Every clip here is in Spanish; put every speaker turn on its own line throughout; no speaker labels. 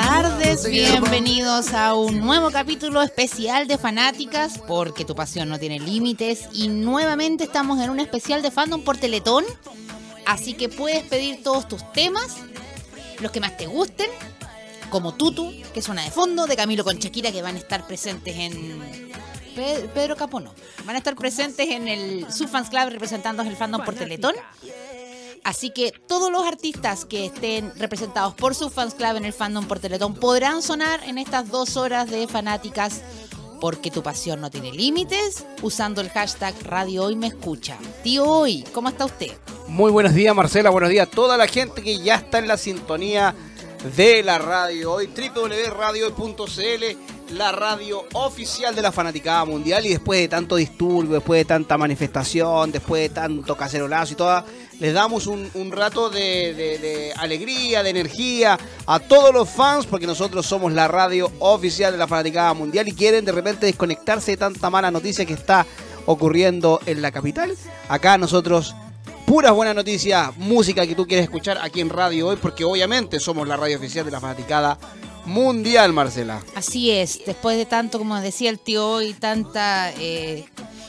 noches, bienvenidos a un nuevo capítulo especial de Fanáticas, porque tu pasión no tiene límites y nuevamente estamos en un especial de fandom por Teletón, así que puedes pedir todos tus temas, los que más te gusten, como Tutu, que suena de fondo, de Camilo con Shakira, que van a estar presentes en... Pe- Pedro Capono. Van a estar presentes en el Subfans Club representando el fandom por Teletón. Así que todos los artistas que estén representados por su fans club en el fandom por Teletón podrán sonar en estas dos horas de fanáticas porque tu pasión no tiene límites usando el hashtag Radio Hoy Me Escucha. Tío Hoy, ¿cómo está usted?
Muy buenos días, Marcela. Buenos días a toda la gente que ya está en la sintonía de la radio hoy. www.radiohoy.cl, la radio oficial de la Fanaticada Mundial. Y después de tanto disturbio, después de tanta manifestación, después de tanto cacerolazo y toda, les damos un, un rato de, de- de alegría, de energía a todos los fans, porque nosotros somos la radio oficial de la Fanaticada Mundial y quieren de repente desconectarse de tanta mala noticia que está ocurriendo en la capital. Acá nosotros Puras buenas noticias, música que tú quieres escuchar aquí en radio hoy, porque obviamente somos la radio oficial de la fanaticada mundial, Marcela.
Así es, después de tanto, como decía el tío hoy, tanta... eh,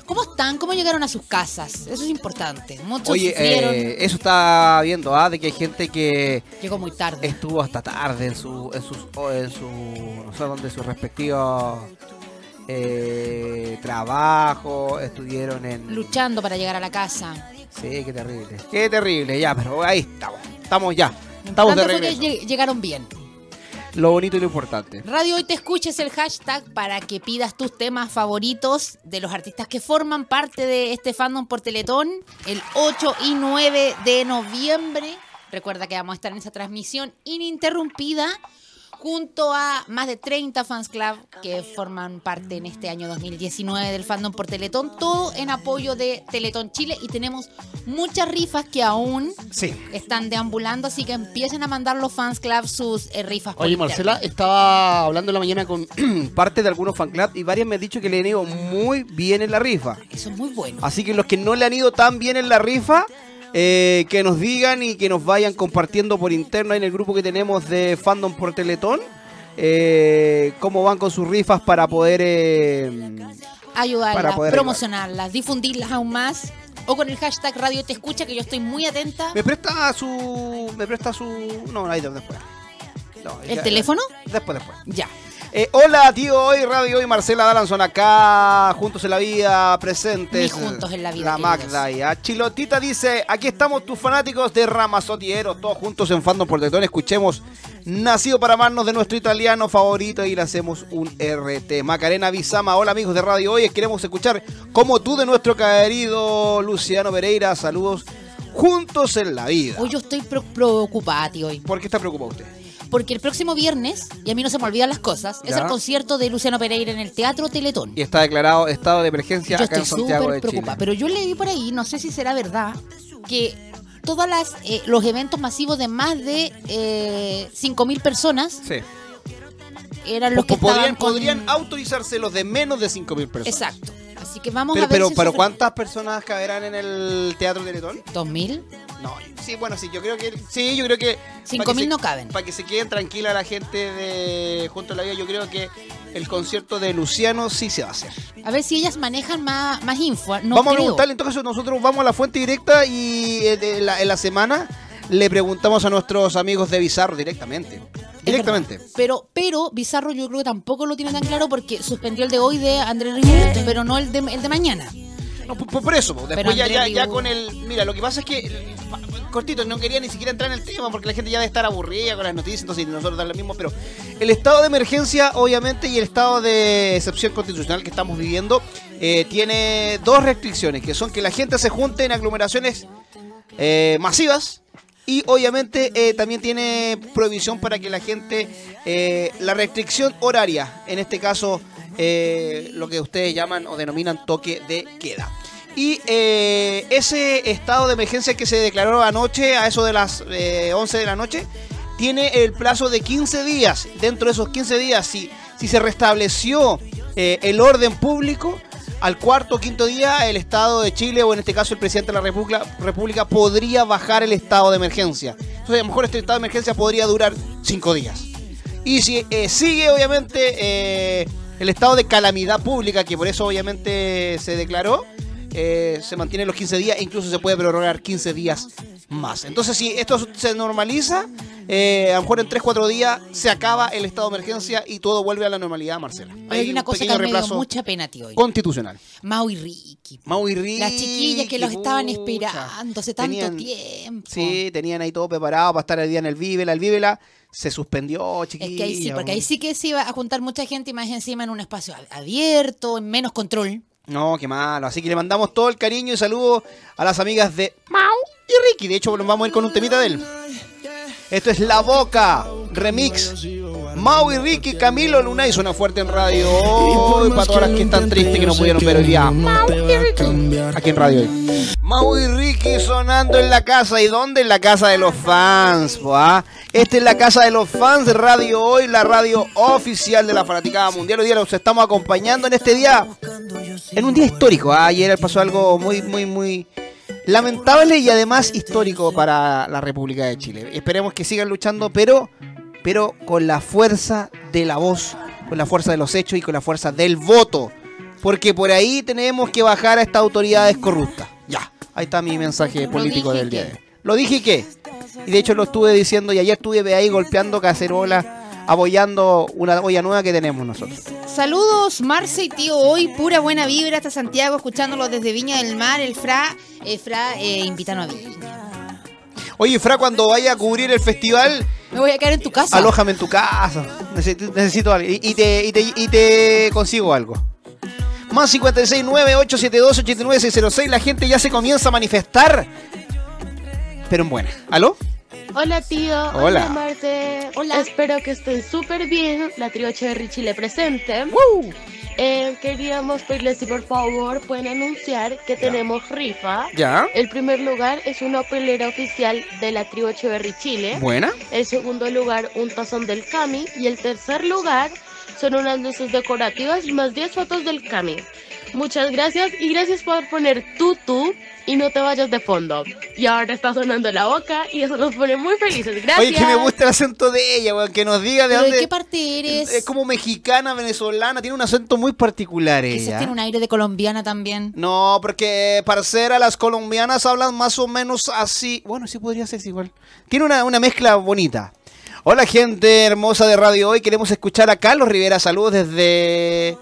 ¿Cómo están? ¿Cómo llegaron a sus casas? Eso es importante. Muchos
Oye,
sufrieron,
eh, eso está viendo, ¿ah? De que hay gente que
llegó muy tarde.
estuvo hasta tarde en su, en sus, o en su, no sé dónde, sus respectivos eh, trabajos, estuvieron en...
Luchando para llegar a la casa.
Sí, qué terrible. Qué terrible, ya, pero ahí estamos, estamos ya,
Lo
estamos de
importante fue que
regreso.
lleg- llegaron bien.
Lo bonito y lo importante.
Radio Hoy Te Escuches el hashtag para que pidas tus temas favoritos de los artistas que forman parte de este fandom por Teletón el 8 y 9 de noviembre. Recuerda que vamos a estar en esa transmisión ininterrumpida junto a más de 30 fans club que forman parte en este año 2019 del fandom por Teletón, todo en apoyo de Teletón Chile y tenemos muchas rifas que aún
Sí.
están deambulando, así que empiecen a mandar los fans club sus eh, rifas. por
Oye,
interno.
Marcela, estaba hablando en la mañana con parte de algunos fan club y varias me han dicho que le han ido muy bien en la rifa.
Eso es muy bueno.
Así que los que no le han ido tan bien en la rifa, eh, que nos digan y que nos vayan compartiendo por interno ahí en el grupo que tenemos de Fandom por Teletón. eh, cómo van con sus rifas para poder eh,
ayudarlas,
Para poder
promocionarlas, difundirlas aún más. O con el hashtag Radio Te Escucha, que yo estoy muy atenta.
me presta su me presta su no ahí después No,
¿El
ya-
teléfono?
después después
Ya.
Eh, hola, tío. Hoy Radio Hoy, Marcela Dalanson acá, juntos en la vida, presentes.
Ni juntos en la vida,
La Magda y a Chilotita dice: Aquí estamos tus fanáticos de Ramazotieros, todos juntos en Fandom por Teletón. Escuchemos Nacido para amarnos de nuestro italiano favorito y le hacemos un RT. Macarena Bizama, hola amigos de Radio Hoy. Queremos escuchar como tú de nuestro querido Luciano Pereira. Saludos, juntos en la vida.
Hoy yo estoy pro- preocupada, tío, hoy.
¿Por qué está preocupado usted?
Porque el próximo viernes, y a mí no se me olvidan las cosas, es
Ya.
el concierto de Luciano Pereira en el Teatro Teletón.
Y está declarado estado de emergencia
Yo
acá en
estoy
Santiago
súper
de Chile.
preocupada. Pero yo leí por ahí, no sé si será verdad, que todos los eventos masivos de más de eh, 5.000 personas
Sí.
eran los que
Po- podrían,
estaban con-
podrían autorizarse los de menos de 5.000 personas.
Exacto. Así que vamos
Pero,
a ver
pero,
si
pero
sufre-
¿cuántas personas caberán en el Teatro Teletón?
2000,
No, sí, bueno, sí, yo creo que sí, yo creo que para que
5000
se-
no caben.
Para que se queden tranquila la gente de Junto a la Vida, yo creo que el concierto de Luciano sí se va a hacer.
A ver si ellas manejan más, más info. No
vamos a
creo.
preguntarle, en todo caso, nosotros vamos a la fuente directa y eh, de la- en la semana le preguntamos a nuestros amigos de Bizarro directamente.
Es
Directamente.
verdad. Pero, pero Bizarro yo creo que tampoco lo tiene tan claro porque suspendió el de hoy de Andrés Rimón, pero no el de, el de mañana.
No, por, por eso, po.
Pero
después ya,
Andrea
ya, ya
Riu-
con el... Mira, lo que pasa es que, eh, pa- cortito, no quería ni siquiera entrar en el tema porque la gente ya debe estar aburrida con las noticias, entonces nosotros da lo mismo, pero el estado de emergencia, obviamente, y el estado de excepción constitucional que estamos viviendo, eh, tiene dos restricciones, que son que la gente se junte en aglomeraciones eh, masivas. Y obviamente eh, también tiene prohibición para que la gente, eh, la restricción horaria, en este caso eh, lo que ustedes llaman o denominan toque de queda. Y eh, ese estado de emergencia que se declaró anoche, a eso de las eh, 11 de la noche, tiene el plazo de 15 días. Dentro de esos 15 días, si, si se restableció eh, el orden público, al cuarto o quinto día el Estado de Chile, o en este caso el presidente de la República, República podría bajar el estado de emergencia. Entonces, a lo mejor este estado de emergencia podría durar cinco días. Y si, eh, sigue, obviamente, eh, el estado de calamidad pública, que por eso, obviamente, se declaró. Eh, se mantiene los 15 días e incluso se puede prorrogar 15 días más. Entonces, si esto se normaliza, eh, a lo mejor en 3-4 días se acaba el estado de emergencia y todo vuelve a la normalidad, Marcela.
Hay, una
un
cosa que
pequeño
a mí me dio
reemplazo
mucha pena, tío. hoy.
constitucional.
Mau y Ricky.
Mau y Ricky,
Las chiquillas que los estaban
pucha.
esperando hace tanto
Tenían-
tiempo.
Sí, tenían ahí todo preparado para estar el día en el Vívela. El Vívela se suspendió,
Es
chiquillas.
que ahí sí, porque ahí sí que se iba a juntar mucha gente y más encima en un espacio a- abierto, en menos control.
No, qué malo. Así que le mandamos todo el cariño y saludo a las amigas de Mau y Ricky. De hecho, nos vamos a ir con un temita de él. Esto es La Boca Remix. Mau y Ricky, Camilo Luna y suena fuerte en radio. Hoy para todas las que están tristes que no pudieron ver hoy día. Mau y Ricky. Aquí en radio hoy. Mau y Ricky sonando en la casa. ¿Y dónde? En la casa de los fans. po, ah. Esta es la casa de los fans de Radio Hoy, la radio oficial de la Fanaticada Mundial. Hoy día los estamos acompañando en este día en un día histórico. ¿ah? Ayer pasó algo muy, muy, muy lamentable y además histórico para la República de Chile. Esperemos que sigan luchando, pero, pero con la fuerza de la voz, con la fuerza de los hechos y con la fuerza del voto. Porque por ahí tenemos que bajar a estas autoridades corruptas. Ya, ahí está mi mensaje político
dije
del día
que.
de hoy. Lo dije que. Y de hecho lo estuve diciendo y ayer estuve ahí golpeando cacerola, apoyando una olla nueva que tenemos nosotros.
Saludos, Marce y tío hoy, pura buena vibra hasta Santiago, escuchándolos desde Viña del Mar, el Fra, eh, Fra, eh, invítalo a Viña.
Oye, Fra, cuando vaya a cubrir el festival,
Me voy a quedar en tu casa.
Alójame en tu casa. Necesito, necesito algo. Y, y te, y, te, y te consigo algo. Más 569-872-89606. La gente ya se comienza a manifestar. Pero en buena. ¿Aló?
Hola tío,
Hola.
Marte. Hola. Espero que estén súper bien. La trío Cherry Chile presente. Eh, queríamos pedirles si por favor pueden anunciar que tenemos rifa.
¿Ya?
El primer lugar es una pelera oficial de la tribu Echeverry Chile.
¿Buena?
El segundo lugar, un tazón del Cami. Y el tercer lugar son unas luces decorativas más 10 fotos del Cami. Muchas gracias y gracias por poner tutu y no te vayas de fondo. Y ahora está sonando la boca y eso nos pone muy felices. Gracias.
Oye, que me gusta el acento de ella, weón. Que nos diga de
¿Pero
dónde. Eh,
de qué parte eres?
Es como mexicana, venezolana. Tiene un acento muy particular
Quizás
ella.
tiene un aire de colombiana también.
No, porque parcera, las colombianas hablan más o menos así. Bueno, sí podría ser igual. Tiene una, una mezcla bonita. Hola, gente hermosa de Radio Hoy. Queremos escuchar a Carlos Rivera. Saludos desde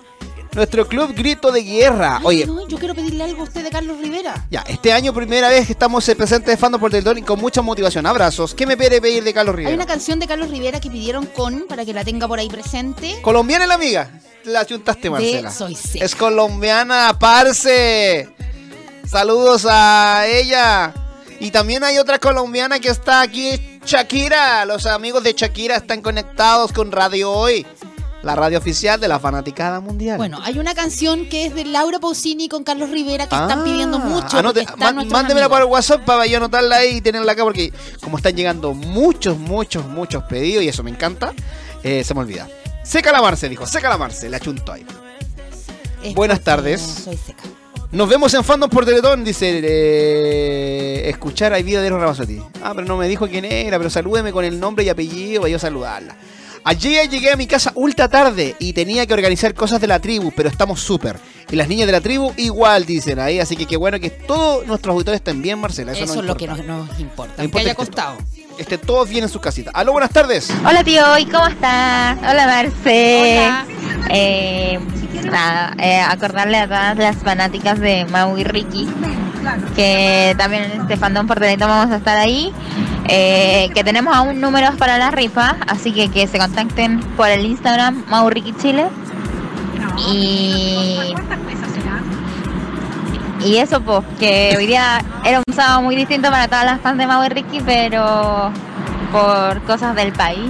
nuestro club Grito de Guerra. Ah,
Ay,
Oye,
no, yo quiero pedirle algo a usted de Carlos Rivera.
ya, este año primera vez que estamos eh, presentes de Fandom por Teletón y con mucha motivación. Abrazos. ¿Qué me pide pedir de Carlos
Hay una
Rivera?
canción de Carlos Rivera que pidieron con, para que la tenga por ahí presente.
Colombiana es la amiga. La chuntaste, Marcela.
Soy Seca.
Es colombiana, parce. Saludos a ella. Y también hay otra colombiana que está aquí, Shakira. Los amigos de Shakira están conectados con Radio Hoy, la radio oficial de la fanaticada mundial.
Bueno, hay una canción que es de Laura Pausini con Carlos Rivera que están
Ah,
pidiendo mucho.
anote-
porque están
man-
nuestros
mándemela por
amigos.
el WhatsApp para yo anotarla ahí y tenerla acá porque como están llegando muchos, muchos, muchos pedidos y eso me encanta, eh, se me olvida. Seca la Marce, dijo, seca la Marce, la chuntó ahí.
Es
Buenas
porque
tardes.
no Soy seca.
Nos vemos en Fandom por Teletón, dice. eh, escuchar hay vida de Eros Ramazzotti. Ah, pero no me dijo quién era, pero salúdeme con el nombre y apellido para yo saludarla. Ayer llegué a mi casa ultra tarde y tenía que organizar cosas de la tribu, pero estamos súper. Y las niñas de la tribu igual, dicen ahí. Así que qué bueno que todos nuestros auditores estén bien, Marcela. Eso,
Eso,
no
es lo que
importa.
nos, nos importa.
No importa
aunque haya
que esté-
costado.
Esté todos bien en sus casitas. Aló, buenas tardes.
Hola tío, ¿y cómo estás? Hola Marce.
Hola.
Eh, nada, eh, acordarle a todas las fanáticas de Mau y Ricky que también en este fandom por Teletón vamos a estar ahí, eh, que tenemos aún números para la rifa, así que que se contacten por el Instagram Mau Ricky Chile y y eso pues, que hoy día era un sábado muy distinto para todas las fans de Mau y Ricky, pero por cosas del país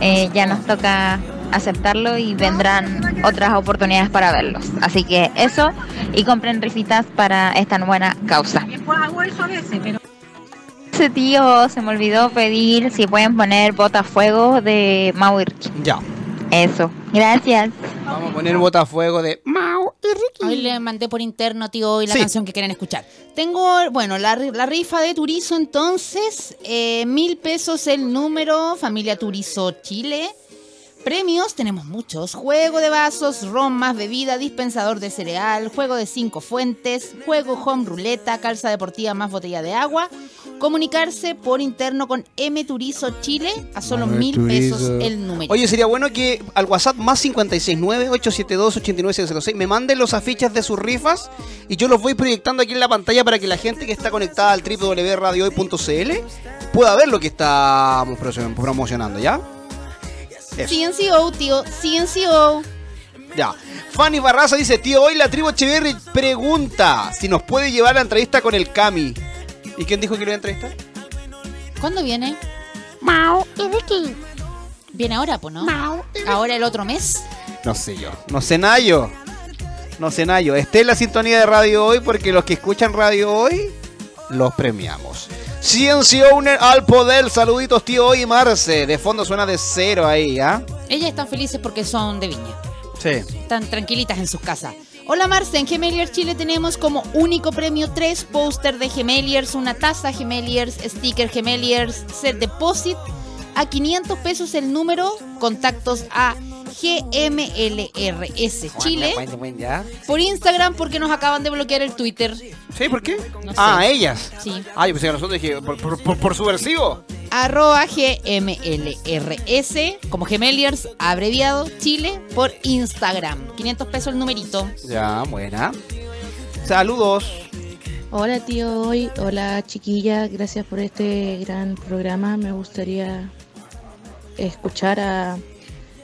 eh, ya nos toca aceptarlo y vendrán otras oportunidades para verlos. Así que eso y compren rifitas para esta buena causa. Ese tío se me olvidó pedir si pueden poner botafuegos de Mau y Ricky.
Ya.
Eso, gracias.
Vamos a poner botafuego de Mau y Ricky.
Hoy le mandé por interno, tío, hoy la
Sí.
canción que quieren escuchar. Tengo, bueno, la, ri- la rifa de Turizo entonces. eh, mil pesos el número, familia Turizo Chile. Premios, tenemos muchos. Juego de vasos, ron más bebida, dispensador de cereal, juego de cinco fuentes, juego home ruleta, calza deportiva más botella de agua. Comunicarse por interno con M Turizo Chile a solo
M
mil
Turizo.
pesos el número.
Oye, sería bueno que al WhatsApp más 569-872-89606 me manden los afiches de sus rifas y yo los voy proyectando aquí en la pantalla para que la gente que está conectada al www.radiohoy.cl pueda ver lo que estamos promocionando- promocionando, ¿ya?
CNCO, oh, tío, CNCO.
Ya. Fanny Barraza dice, tío, hoy la tribu Echeverri pregunta si nos puede llevar la entrevista con el Cami. ¿Y quién dijo que lo iba a entrevistar?
¿Cuándo viene?
Mao y Ricky.
Viene ahora, pues, ¿no?
Mao y
Ahora el otro mes.
No sé yo. No sé Nayo. No sé Nayo. Esté en la sintonía de radio hoy porque los que escuchan radio hoy los premiamos. Ciencia Owner al poder. Saluditos, tío. Hoy Marce. De fondo suena de cero ahí, ¿ah?
Ellas están felices porque son de viña.
Sí.
Están tranquilitas en sus casas. Hola Marce, en Gemeliers Chile tenemos como único premio tres póster de Gemeliers, una taza Gemeliers, sticker Gemeliers, set deposit a 500 pesos el número, contactos a GMLRS Chile por Instagram porque nos acaban de bloquear el Twitter.
¿Sí? ¿Por qué?
No sé.
ah, ellas.
Sí.
Ah, yo pensé que nosotros dije, por, por- por- por subversivo.
arroba GMLRS, como Gemeliers, abreviado, Chile, por Instagram. 500 pesos el numerito.
Ya, buena. Saludos.
Hola tío, hoy, hola chiquilla, gracias por este gran programa. Me gustaría escuchar a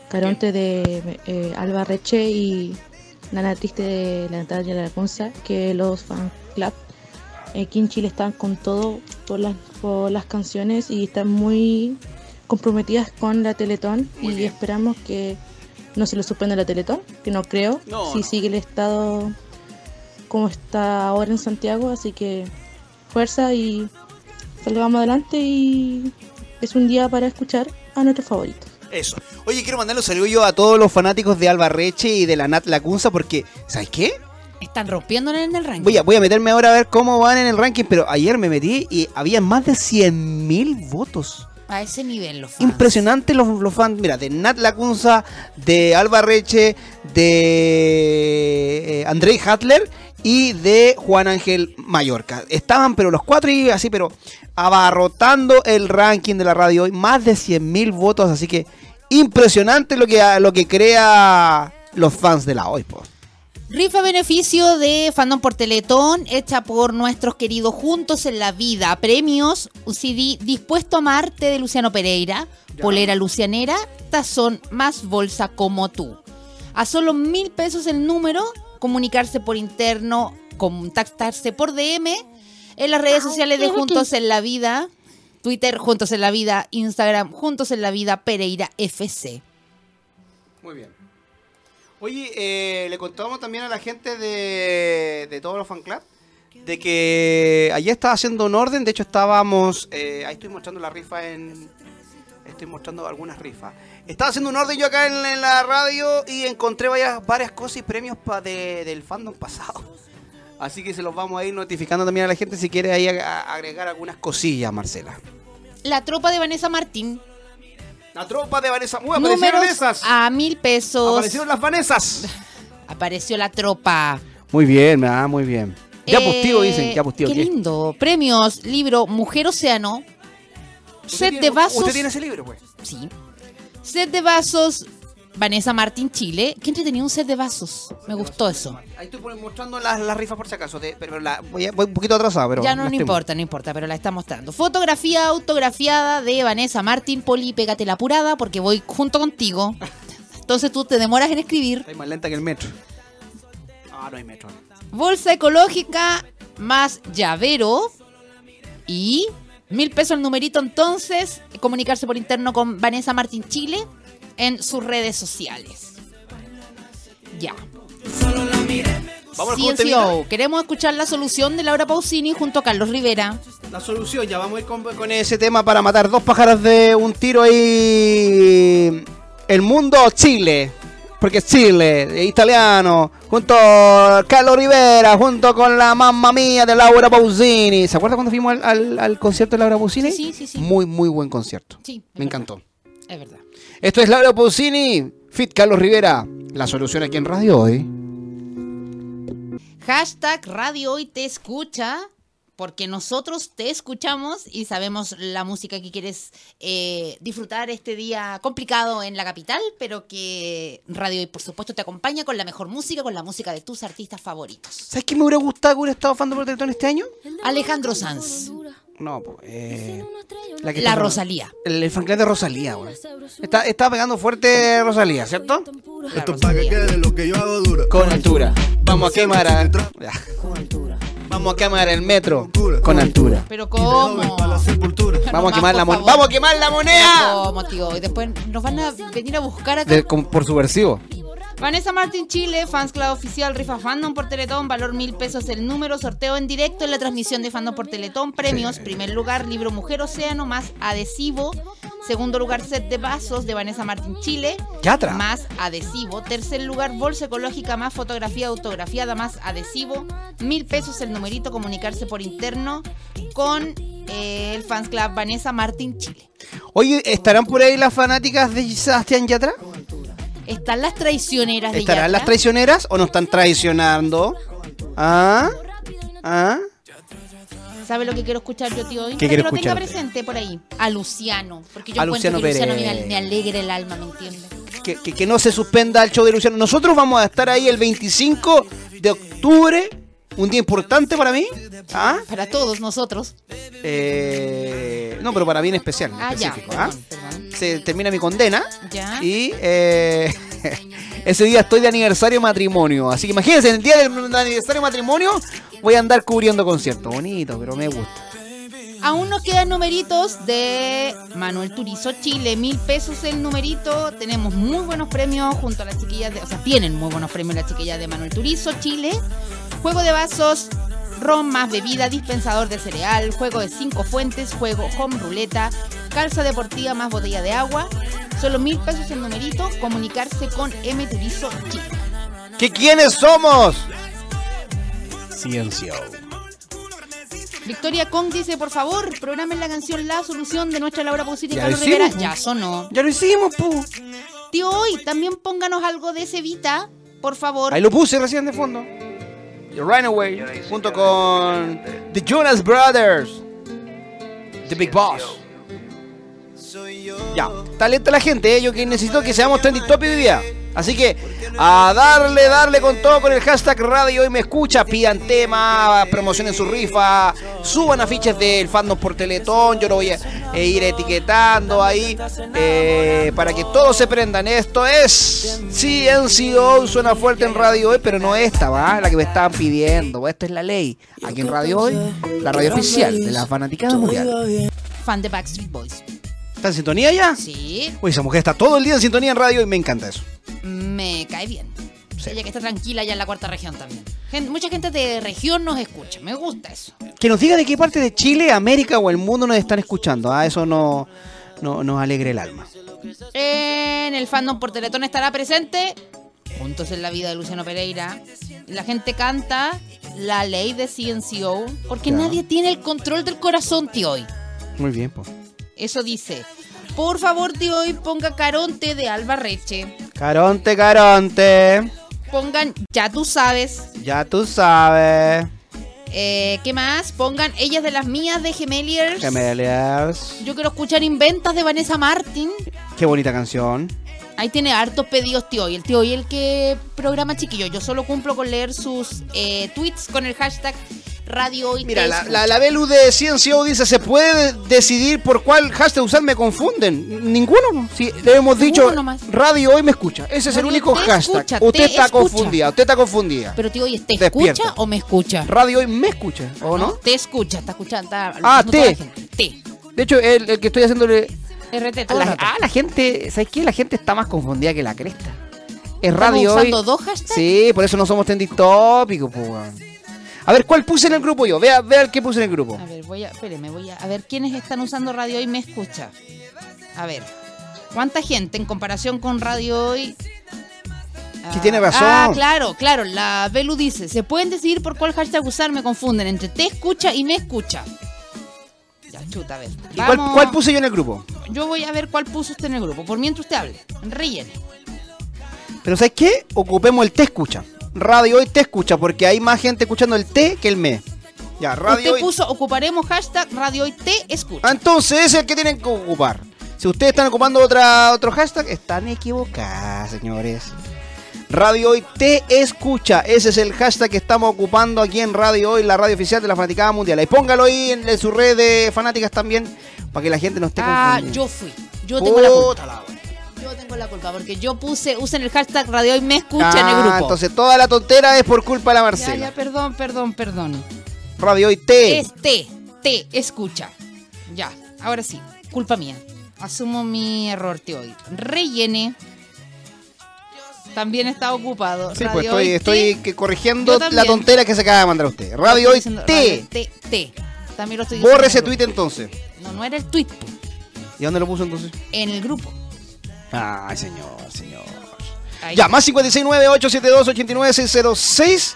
Caronte de eh, Alba Reche y Nana Triste de la Natalia Lacunza, que los fan club eh, aquí en Chile están con todo por las, por las canciones y están muy comprometidas con la Teletón y esperamos que no se lo suspenda la Teletón, que no creo,
No,
si
no.
sigue el estado como está ahora en Santiago, así que fuerza y salgamos adelante y es un día para escuchar a nuestros favoritos.
Eso. Oye, quiero mandarle un saludo yo a todos los fanáticos de Alba Reche y de la Nat Lacunza porque, ¿sabes qué?
Están rompiéndole en el ranking.
Voy a, voy a meterme ahora a ver cómo van en el ranking, pero ayer me metí y había más de 100.000 votos.
A ese nivel, los fans.
Impresionante los, los fans, mira, de Nat Lacunza, de Alba Reche, de eh, Andrei Hatler y de Juan Ángel Mallorca. Estaban, pero los cuatro y así, pero abarrotando el ranking de la radio hoy, más de 100.000 votos, así que impresionante lo que, lo que crea los fans de la hoy. po.
Rifa beneficio de Fandom por Teletón, hecha por nuestros queridos Juntos en la Vida. Premios, un CD Dispuesto a Amarte de Luciano Pereira, Polera Lucianera, Tazón más Bolsa como tú. A solo mil pesos el número, comunicarse por interno, contactarse por DM, en las redes sociales de Juntos en la Vida, Twitter Juntos en la Vida, Instagram Juntos en la Vida, Pereira FC.
Muy bien. Oye, eh, le contábamos también a la gente de, de todos los fan club de que ayer estaba haciendo un orden, de hecho estábamos, eh, ahí estoy mostrando la rifa en, estoy mostrando algunas rifas. Estaba haciendo un orden yo acá en, en la radio y encontré varias, varias cosas y premios pa de- del fandom pasado. Así que se los vamos a ir notificando también a la gente si quiere ahí ag- agregar algunas cosillas, Marcela.
La tropa de Vanessa Martín.
La tropa de Vanessa, ¡Uy, aparecieron
números
esas!
a mil pesos.
¡Aparecieron las Vanessas!
Apareció la tropa.
Muy bien, ah, muy bien. Ya
Eh,
postío, dicen, ya pues, postío.
Qué
¿qué?
lindo. Premios, libro Mujer Océano.
¿Usted
Set
tiene-
de vasos.
¿Usted tiene ese libro, pues?
Sí. Set de vasos. Vanessa Martín Chile. Qué entretenido un set de vasos. Me gustó eso.
Ahí estoy pon- mostrando las, las rifas por si acaso, de- pero la- voy, a- voy un poquito atrasado, pero...
ya no,
las
no
tengo.
importa, no importa, pero la está mostrando. Fotografía autografiada de Vanessa Martín Poli, pégate la apurada porque voy junto contigo. Entonces tú te demoras en escribir.
Estoy más lenta que el metro. Ah, no hay metro.
Bolsa ecológica más llavero y mil pesos el numerito entonces. Comunicarse por interno con Vanessa Martín Chile en sus redes sociales. Ya.
Vamos con un
CNCO, queremos escuchar la solución de Laura Pausini junto a Carlos Rivera.
La solución, ya vamos a ir con, con ese tema para matar dos pájaros de un tiro ahí El mundo Chile. Porque es Chile, eh, italiano, junto a Carlos Rivera, junto con la mamma mía de Laura Pausini. ¿Se acuerda cuando fuimos al, al- al concierto de Laura Pausini?
Sí, sí, sí, sí.
Muy, muy buen concierto.
Sí, es
Me
verdad,
encantó.
Es verdad.
Esto es Laura Pausini, Fit Carlos Rivera. La solución aquí en Radio Hoy.
Hashtag Radio Hoy te escucha, porque nosotros te escuchamos y sabemos la música que quieres eh, disfrutar este día complicado en la capital, pero que Radio Hoy, por supuesto, te acompaña con la mejor música, con la música de tus artistas favoritos.
¿Sabes qué me hubiera gustado que hubiera estado fan de por Teletón este año?
Alejandro Sanz,
No, pues. eh, que
la
está-
Rosalía.
El, el fan club de Rosalía, güey. Está, está pegando fuerte Rosalía, ¿cierto?
La
Esto para que
Rosalía.
quede lo que yo hago dura.
Con altura. Vamos a quemar. a-
Con altura.
Vamos a quemar el metro. Con altura.
Pero
Joven para la
cómo.
sepultura.
Vamos a quemar la moneda.
moneda.
¡Vamos a quemar la moneda!
¿Cómo, tío? Y después nos van a venir a buscar acá.
De- como por subversivo.
Vanessa Martín Chile, Fans Club Oficial, Rifa Fandom por Teletón, valor mil pesos el número, sorteo en directo en la transmisión de Fandom por Teletón, premios, primer lugar, libro Mujer Océano, más adhesivo, segundo lugar, set de vasos de Vanessa Martín Chile,
Yatra.
más adhesivo, tercer lugar, bolsa ecológica, más fotografía autografiada, más adhesivo, mil pesos el numerito, comunicarse por interno con eh, el Fans Club Vanessa Martín Chile.
Oye, ¿estarán por ahí las fanáticas de Sebastián Yatra?
Están las traicioneras de
¿Estarán
Yatra.
las traicioneras o nos están traicionando? ¿Ah? ¿Ah?
¿Sabe lo que quiero escuchar yo, tío? Hoy?
¿Qué
que
quiero
lo tenga
escuchar?
presente por ahí. A Luciano. Porque yo
A
encuentro
Luciano
que Luciano
Pérez.
me, me alegra el alma, ¿me entiendes?
que, que- que no se suspenda el show de Luciano. Nosotros vamos a estar ahí el 25 de octubre, un día importante para mí. ¿Ah?
Para todos nosotros.
Eh, no, pero para mí en especial, en
Ah, ya.
específico. ¿ah?
Perdón, perdón.
Se termina mi condena
Ya.
y eh, ese día estoy de aniversario de matrimonio. Así que imagínense, el día del aniversario de matrimonio voy a andar cubriendo conciertos. Bonito, pero me gusta.
Aún nos quedan numeritos de Manuel Turizo Chile, mil pesos el numerito. Tenemos muy buenos premios junto a las chiquillas de. O sea, tienen muy buenos premios las chiquillas de Manuel Turizo Chile. Juego de vasos, ron más bebida, dispensador de cereal, juego de cinco fuentes, juego home ruleta, calza deportiva más botella de agua. Solo mil pesos el numerito. Comunicarse con M Turizo Chile.
¿Que quiénes somos?
Victoria Kong dice, por favor, programen la canción La Solución de nuestra Laura Pausini y
Ya
Carlos
lo hicimos, pues.
Rivera. Ya sonó.
Ya lo hicimos, pu.
Tío, hoy también pónganos algo de Cevita, por favor.
Ahí lo puse recién de fondo. The Runaway, junto con The Jonas Brothers. The Big Boss. Ya, está lenta la gente, ¿eh? yo que necesito que seamos trending topic hoy día. Así que a darle, darle con todo con el hashtag radio y me escucha, pidan tema, promocionen su rifa, suban afiches del fandom por Teletón, yo lo voy a eh, ir etiquetando ahí eh, para que todos se prendan. Esto es CNCO, suena fuerte en radio hoy, pero no esta, ¿va? La que me estaban pidiendo, esta es la ley. Aquí en radio hoy, la radio oficial de la fanaticada mundial.
Fan de Backstreet Boys.
¿Está en sintonía ya?
Sí,
Uy, esa mujer está todo el día en sintonía en radio y me encanta eso.
me cae bien.
Sí.
Ella que está tranquila ya en la cuarta región también. Gen- mucha gente de región nos escucha, me gusta eso.
Que nos diga de qué parte de Chile, América o el mundo nos están escuchando. Ah, eso no, no, nos alegra el alma.
En el fandom por Teletón estará presente. Juntos en la vida de Luciano Pereira. La gente canta la ley de CNCO porque
Ya.
nadie tiene el control del corazón, tío. Hoy.
Muy bien, pues.
Eso dice. Por favor, tío, hoy ponga Caronte de Alba Reche.
Caronte, caronte.
Pongan Ya tú sabes
Ya tú sabes.
Eh, ¿Qué más? Pongan Ellas de las Mías de Gemeliers.
Gemeliers.
Yo quiero escuchar Inventas de Vanessa Martin.
Qué bonita canción.
Ahí tiene hartos pedidos, tío. Y el tío y el que programa chiquillo. Yo solo cumplo con leer sus eh, tweets con el hashtag Radio Hoy.
Mira,
Te
la,
Escucho.
la, la Belu de CNCO dice, ¿se puede decidir por cuál hashtag usar? Me confunden. Ninguno. Si le hemos dicho,
Ninguno nomás.
radio hoy me escucha. Ese es el
Radio
único
te
hashtag.
escucha,
usted
te
está
escucha.
confundida, usted está confundida.
Pero tío, ¿y te
Despierta.
escucha o me escucha?
Radio hoy me escucha, ¿o no?
Te escucha, está escuchando. Está
Ah,
escuchando
te.
toda la gente. Te.
De hecho, el, el que estoy haciéndole.
RT
A
todo el
la,
rato.
ah, la gente, ¿sabes qué? La gente está más confundida que la cresta. Es
Estamos
radio hoy.
usando dos hashtags.
Sí, por eso no somos trending tópicos, po, weón. A ver, ¿cuál puse en el grupo yo? Vea, vea el que puse en el grupo.
A ver, voy a. Espéreme, voy a. A ver, ¿quiénes están usando Radio Hoy me escucha? A ver. ¿Cuánta gente en comparación con Radio Hoy?
Sí,
Ah,
tiene razón.
Ah, claro, claro. La Belu dice, se pueden decidir por cuál hashtag usar, me confunden entre te escucha y me escucha. Ya, chuta, a ver.
¿Y cuál,
Vamos-
cuál puse yo en el grupo?
Yo voy a ver cuál puso usted en el grupo. Por mientras usted hable, ríen.
Pero ¿sabes qué? Ocupemos el te escucha. Radio hoy te escucha, porque hay más gente escuchando el te que el me. Ya, radio
Usted
hoy.
puso, ocuparemos hashtag Radio Hoy Te Escucha.
Ah, Entonces es el que tienen que ocupar. Si ustedes están ocupando otra, otro hashtag, están equivocadas, señores. Radio Hoy te escucha. Ese es el hashtag que estamos ocupando aquí en Radio Hoy, la radio oficial de la Fanaticada Mundial. Y póngalo ahí en, en su red de fanáticas también, para que la gente no esté
Ah,
confundida.
yo fui. Yo tengo la culpa.
Puta la wea.
Yo tengo la culpa porque yo puse, usen el hashtag Radio Hoy Me Escucha en el
Ah,
grupo.
Entonces toda la tontera es por culpa de la
ya,
Marcela.
ya, perdón, perdón, perdón.
Radio Hoy te.
Es te, te escucha. Ya, ahora sí, culpa mía. Asumo mi error, te hoy. Rellene. También está ocupado.
Sí,
Radio
pues estoy,
Hoy
estoy
Te.
que
Yo
corrigiendo
también.
la tontera que se acaba de mandar usted.
Lo
Radio
estoy
Hoy
diciendo, Radio
te.
Te, te. También lo estoy diciendo.
Borre
en
ese
el
tweet
grupo.
entonces.
No, no era el tweet. po,
¿Y dónde lo puso entonces?
En el grupo.
Ay, señor, señor.
Ahí.
Ya, más 569-872-89606.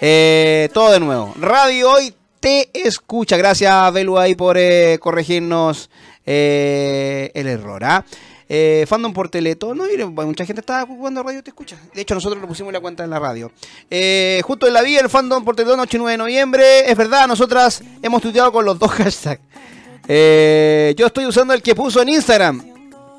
Eh, todo de nuevo. Radio Hoy te escucha. Gracias, Belu, ahí por eh, corregirnos eh, el error. ¿ah? Eh, fandom por Teletón, no, mire, mucha gente está jugando radio, te escucha. De hecho, nosotros lo pusimos en la cuenta de la radio. Eh, justo en la vía, el fandom por Teletón, 89 de noviembre. Es verdad, nosotras hemos tuiteado con los dos hashtags. Eh, yo estoy usando el que puso en Instagram.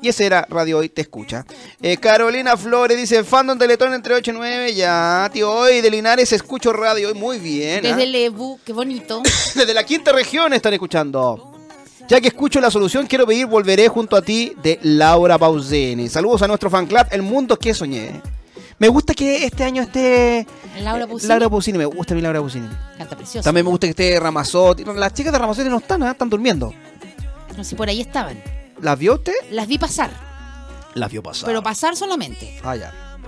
Y ese era Radio Hoy Te Escucha. Eh, Carolina Flores dice, fandom Teletón entre 8 y 9. Ya, tío, hoy de Linares escucho Radio Hoy. Muy bien. ¿ah?
Desde el EBU, qué bonito.
Desde la quinta región están escuchando. Ya que escucho la solución, quiero pedir Volveré junto a ti de Laura Pausini. Saludos a nuestro fan club, El Mundo que Soñé. Me gusta que este año esté
Laura
eh,
Pausini.
Laura Pausini, me gusta a mí Laura Pausini.
Canta precioso.
También me gusta que esté Ramazotti. No, Las chicas de Ramazotti no están, ¿ah? están durmiendo.
No sé, por ahí estaban.
¿Las vio usted?
Las vi pasar,
Las vio pasar.
pero pasar solamente.
ah, ya.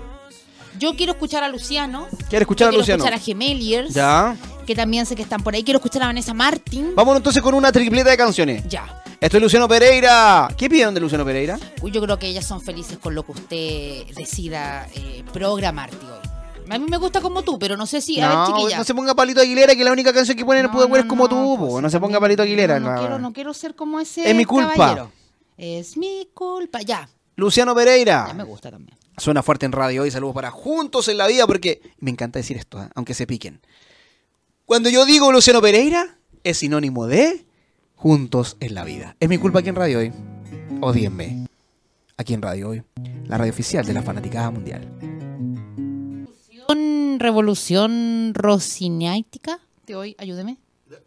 Yo quiero escuchar a Luciano.
¿Quiere
Yo
escuchar a
quiero
Luciano?
escuchar a Gemeliers.
Ya.
que también sé que están por ahí. Quiero escuchar a Vanessa Martin.
Vámonos entonces con una tripleta de canciones.
Ya.
Esto es Luciano Pereira. ¿Qué pidieron de Luciano Pereira?
Uy, Yo creo que ellas son felices con lo que usted decida eh, programar, tío. A mí me gusta como tú, pero no sé si. a ver,
No,
chiquilla.
no se ponga Palito Aguilera, que la única canción que ponen
No,
puede poner
no,
es como
no,
tú, po.
pues,
no se
también-
ponga Palito Aguilera.
No, no
la-
quiero, no quiero ser como ese.
Es mi culpa.
caballero. Es mi culpa. Ya.
Luciano
Ya me
Pereira.
gusta también.
Suena fuerte en radio hoy, saludos para Juntos en la Vida, porque me encanta decir esto, ¿eh? aunque se piquen. Cuando yo digo Luciano Pereira, es sinónimo de Juntos en la Vida. Es mi culpa aquí en radio hoy. Odíenme. Aquí en radio hoy. La radio oficial de la Fanaticada Mundial.
Con Revolución Rosinática de hoy, ayúdeme.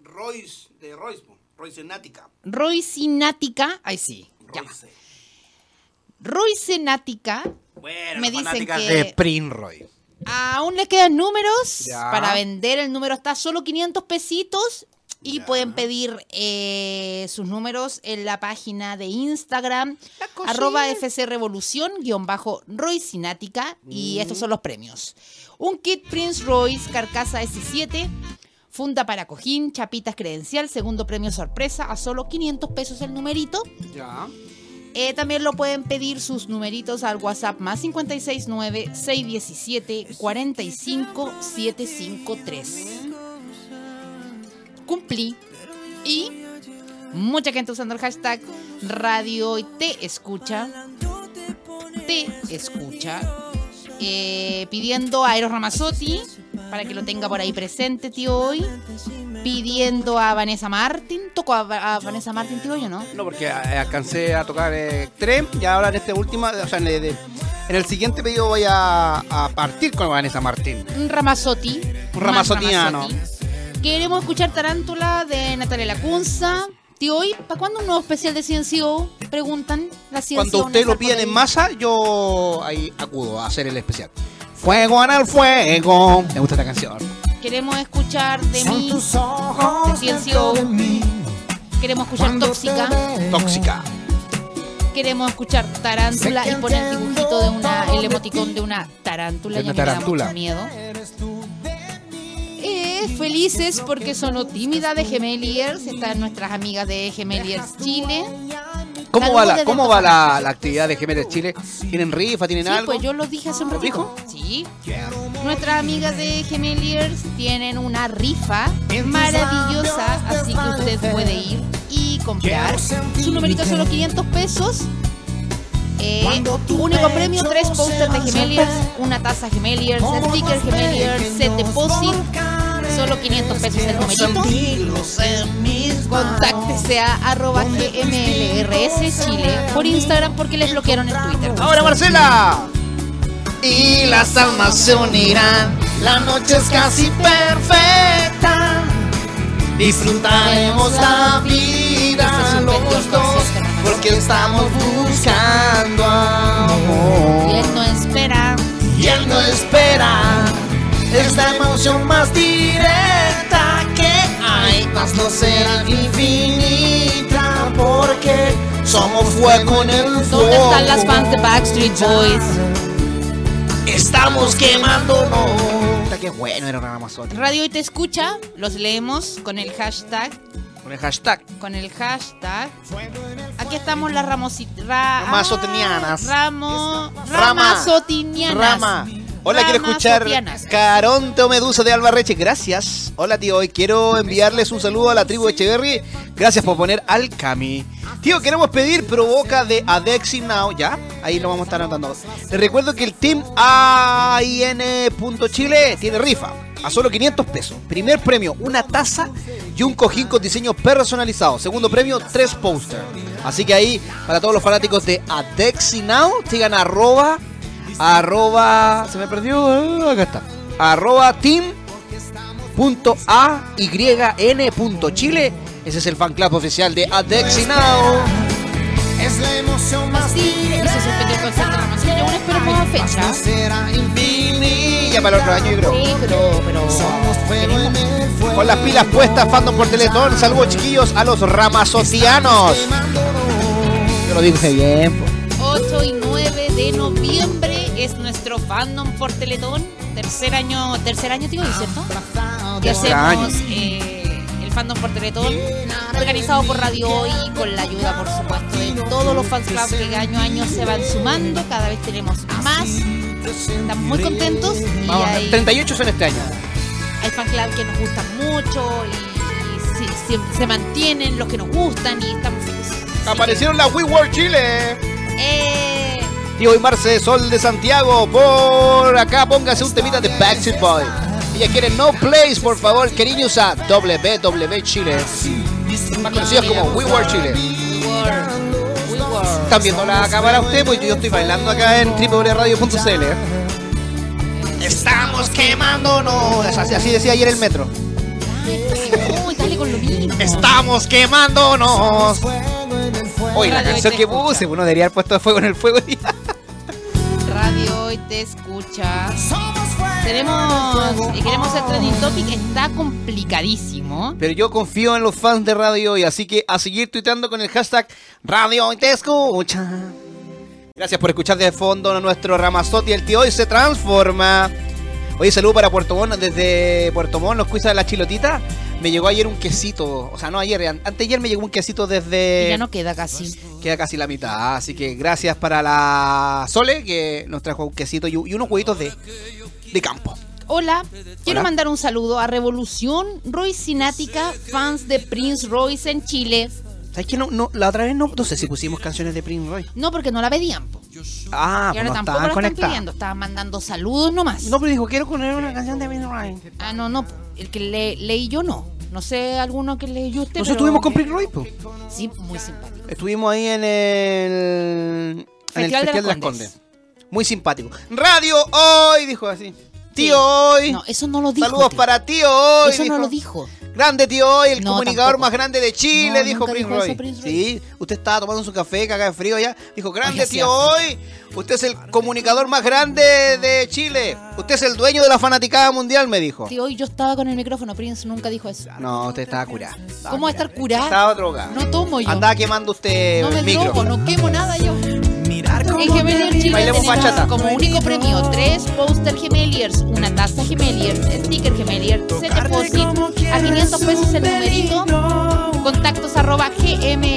Royce, de Royce, Royce Nática.
Roisinática. Ay, sí. Ya. Roisenática.
Bueno,
Me dicen
fanáticas
que-
de Primroy.
Aún les quedan números
Ya.
para vender. El número está solo 500 pesitos. Y pueden pedir eh, sus números en la página de Instagram, arroba FC Revolución, guión bajo Roycinática. Y
Mm.
estos son los premios. Un kit Prince Royce, carcasa S7, funda para cojín, chapitas credencial, segundo premio sorpresa, a solo 500 pesos el numerito.
Ya.
Eh, también lo pueden pedir sus numeritos al WhatsApp más 569-617-45753. Cumplí. Y mucha gente usando el hashtag Radio y te escucha. Te escucha. Eh, pidiendo a Eros Ramazzotti para que lo tenga por ahí presente, tío, hoy. Pidiendo a Vanessa Martin. ¿Tocó a, a Vanessa Martin, tío, hoy o no?
No, porque eh, alcancé a tocar eh, tres y ahora en este último, o sea, en, el- en el siguiente pedido voy a, a partir con Vanessa Martín.
un Ramazzotti.
Un
más
Ramazzotiano.
Ramazzotti. Queremos escuchar Tarántula de Natalia Lacunza. Tío, hoy, ¿para cuándo un nuevo especial de CNCO? Preguntan la CNCO.
Cuando ustedes lo piden en masa, yo ahí acudo a hacer el especial. Fuego en el fuego. Me gusta esta canción.
Queremos escuchar de mí, de CNCO. Queremos escuchar Tóxica.
Tóxica.
Queremos escuchar Tarántula y poner el dibujito de una, el emoticón de una tarántula.
De
Ya
una
me da
tarántula.
mucho miedo. Eh, felices porque son tímida de Gemeliers. Están nuestras amigas de Gemeliers Chile.
¿Cómo va,
Saludos
la,
desde
cómo va
Antofagasta.
la, la actividad de Gemelas Chile? ¿Tienen rifa? ¿Tienen
Sí,
algo?
pues yo lo dije hace un
¿Lo
ratito. Sí. Nuestras amigas de Gemeliers tienen una rifa maravillosa, así que usted puede ir y comprar. Su numerito son los 500 pesos. Eh, único premio, tres posters de Gemeliers, una taza Gemeliers, sticker Gemeliers, set deposit, solo 500 pesos el numerito. Contáctese a arroba GMLRS Chile por Instagram porque les bloquearon el Twitter.
¡Ahora, Marcela!
Y las almas se unirán. La noche es casi perfecta. Disfrutaremos la
Este
vida los dos. Porque estamos buscando amor.
Y él no espera.
Y él no espera esta emoción más directa que hay, mas no será infinita porque somos fuego en el fuego.
¿Dónde están las fans de Backstreet Boys?
Estamos quemándonos.
Puta, ¡Qué bueno era una Amazonia!
Radio y te escucha, los leemos con el hashtag,
Con el hashtag.
con el hashtag. Aquí estamos las ramositas. Ra, ah,
Ramazotinianas.
Ramo,
Rama.
ramazotinianas.
Rama. Hola, quiero escuchar
Ramazotianas.
Caronte o Medusa de Albarreche. Gracias. Hola, tío. Hoy quiero enviarles un saludo a la tribu de Echeverry. Gracias por poner al Cami. Tío, queremos pedir Provoca de Adexi Now. Ya, ahí lo vamos a estar anotando. Les recuerdo que el team AIN.chile tiene rifa a solo 500 pesos. Primer premio, una taza y un cojín con diseño personalizado. Segundo premio, tres posters. Así que ahí, para todos los fanáticos de Adexi Now, sigan arroba arroba se me perdió ah, acá está arroba team punto a y n punto chile ese es el fan club oficial de Adexinao
Es la emoción más
Sí, y se suspendió el concierto de Ramazotti. Yo aún espero nueva fecha. Sí,
será
y
infinita.
ya para el otro año yo creo
pero, pero
Somos fuego en el fuego.
con las pilas puestas fandom por Teletón saludos chiquillos a los ramazotianos yo lo dije bien po.
8 y 9 de noviembre es nuestro fandom por Teletón. Tercer año, tercer año, digo, ¿cierto? Y hacemos eh, el fandom por Teletón, organizado por Radio Hoy, con la ayuda, por supuesto, de todos los fans clubs que año a año se van sumando. Cada vez tenemos más. Estamos muy contentos y
Vamos,
hay,
38 son este año
hay fan club que nos gustan mucho y, y si- si- se mantienen los que nos gustan y estamos felices.
aparecieron las WeWorld Chile
Eh,
Tío y Marce, Sol de Santiago, por acá póngase un temita de Backstreet Boy. Ella quiere No Place, por favor, cariños a WW Chile. Más conocidos como We Were Chile.
we were.
Están viendo la cámara usted, pues yo estoy bailando acá en www.radio.cl.
Estamos quemándonos.
Así, así decía ayer el metro.
Uy, dale con lo mismo.
Estamos quemándonos. Oye, la canción que puse, uno debería haber puesto fuego en el fuego.
Radio hoy te escucha. Tenemos, eh, queremos hacer trending
Oh.
topic, está complicadísimo.
Pero yo confío en los fans de Radio Hoy, así que a seguir tuiteando con el hashtag Radio Hoy te escucha. Gracias por escuchar de fondo a nuestro Ramazotti, el tío hoy se transforma. Oye, saludo para Puerto Montt, desde Puerto Montt, los cuisas de la chilotita. Me llegó ayer un quesito, o sea, no ayer, an- antes de ayer me llegó un quesito
Y
desde...
ya no queda casi.
Queda casi la mitad, así que gracias para la Sole, que nos trajo un quesito y, y unos huevitos de, de campo.
Hola, quiero
Hola.
mandar un saludo a Revolución Roycinática, fans de Prince Royce en Chile.
¿Sabes qué? No, no, la otra vez no, no sé si pusimos canciones de Prince Roy.
No, porque no la pedían. po.
Ah,
y
pues
ahora
no
tampoco la
estaban
están
conectadas.
pidiendo, estaban mandando saludos nomás.
No, pero dijo, quiero poner una canción de Prince Roy.
Ah, no, no, el que le- leí yo no. No sé alguno que leí yo usted.
Nosotros
pero-
estuvimos con Prince Roy, po.
Sí, muy simpático.
Estuvimos ahí en el... En el
Festival de
Festival de
las
las
Condes.
Condes. Muy simpático. Radio hoy, dijo así. Tío hoy.
No, eso no lo dijo.
Saludos
tío.
para tío hoy.
Eso no lo dijo.
Grande tío hoy, el
No,
comunicador
tampoco.
más grande de Chile,
No,
dijo
nunca
Prince
dijo eso,
Roy.
Prince Roy.
Sí, usted estaba tomando su café, caga de frío ya. Dijo, grande
Oye, sí
tío hoy. Usted es el comunicador más grande de Chile. Usted es el dueño de la fanaticada mundial, me dijo.
Tío, hoy yo estaba con el micrófono, Prince nunca dijo eso.
No, usted estaba curado. Estaba
¿Cómo
curado.
va a estar curada?
Estaba drogada.
No tomo yo.
Andaba quemando usted
no
el
me
eh, micro.
drogo, no quemo nada yo. En Gemeliers Chile
Bailemos
tenemos
bachata.
como único premio tres póster Gemeliers, una taza Gemeliers, sticker Gemeliers, set deposit a 500 pesos el numerito Contactos arroba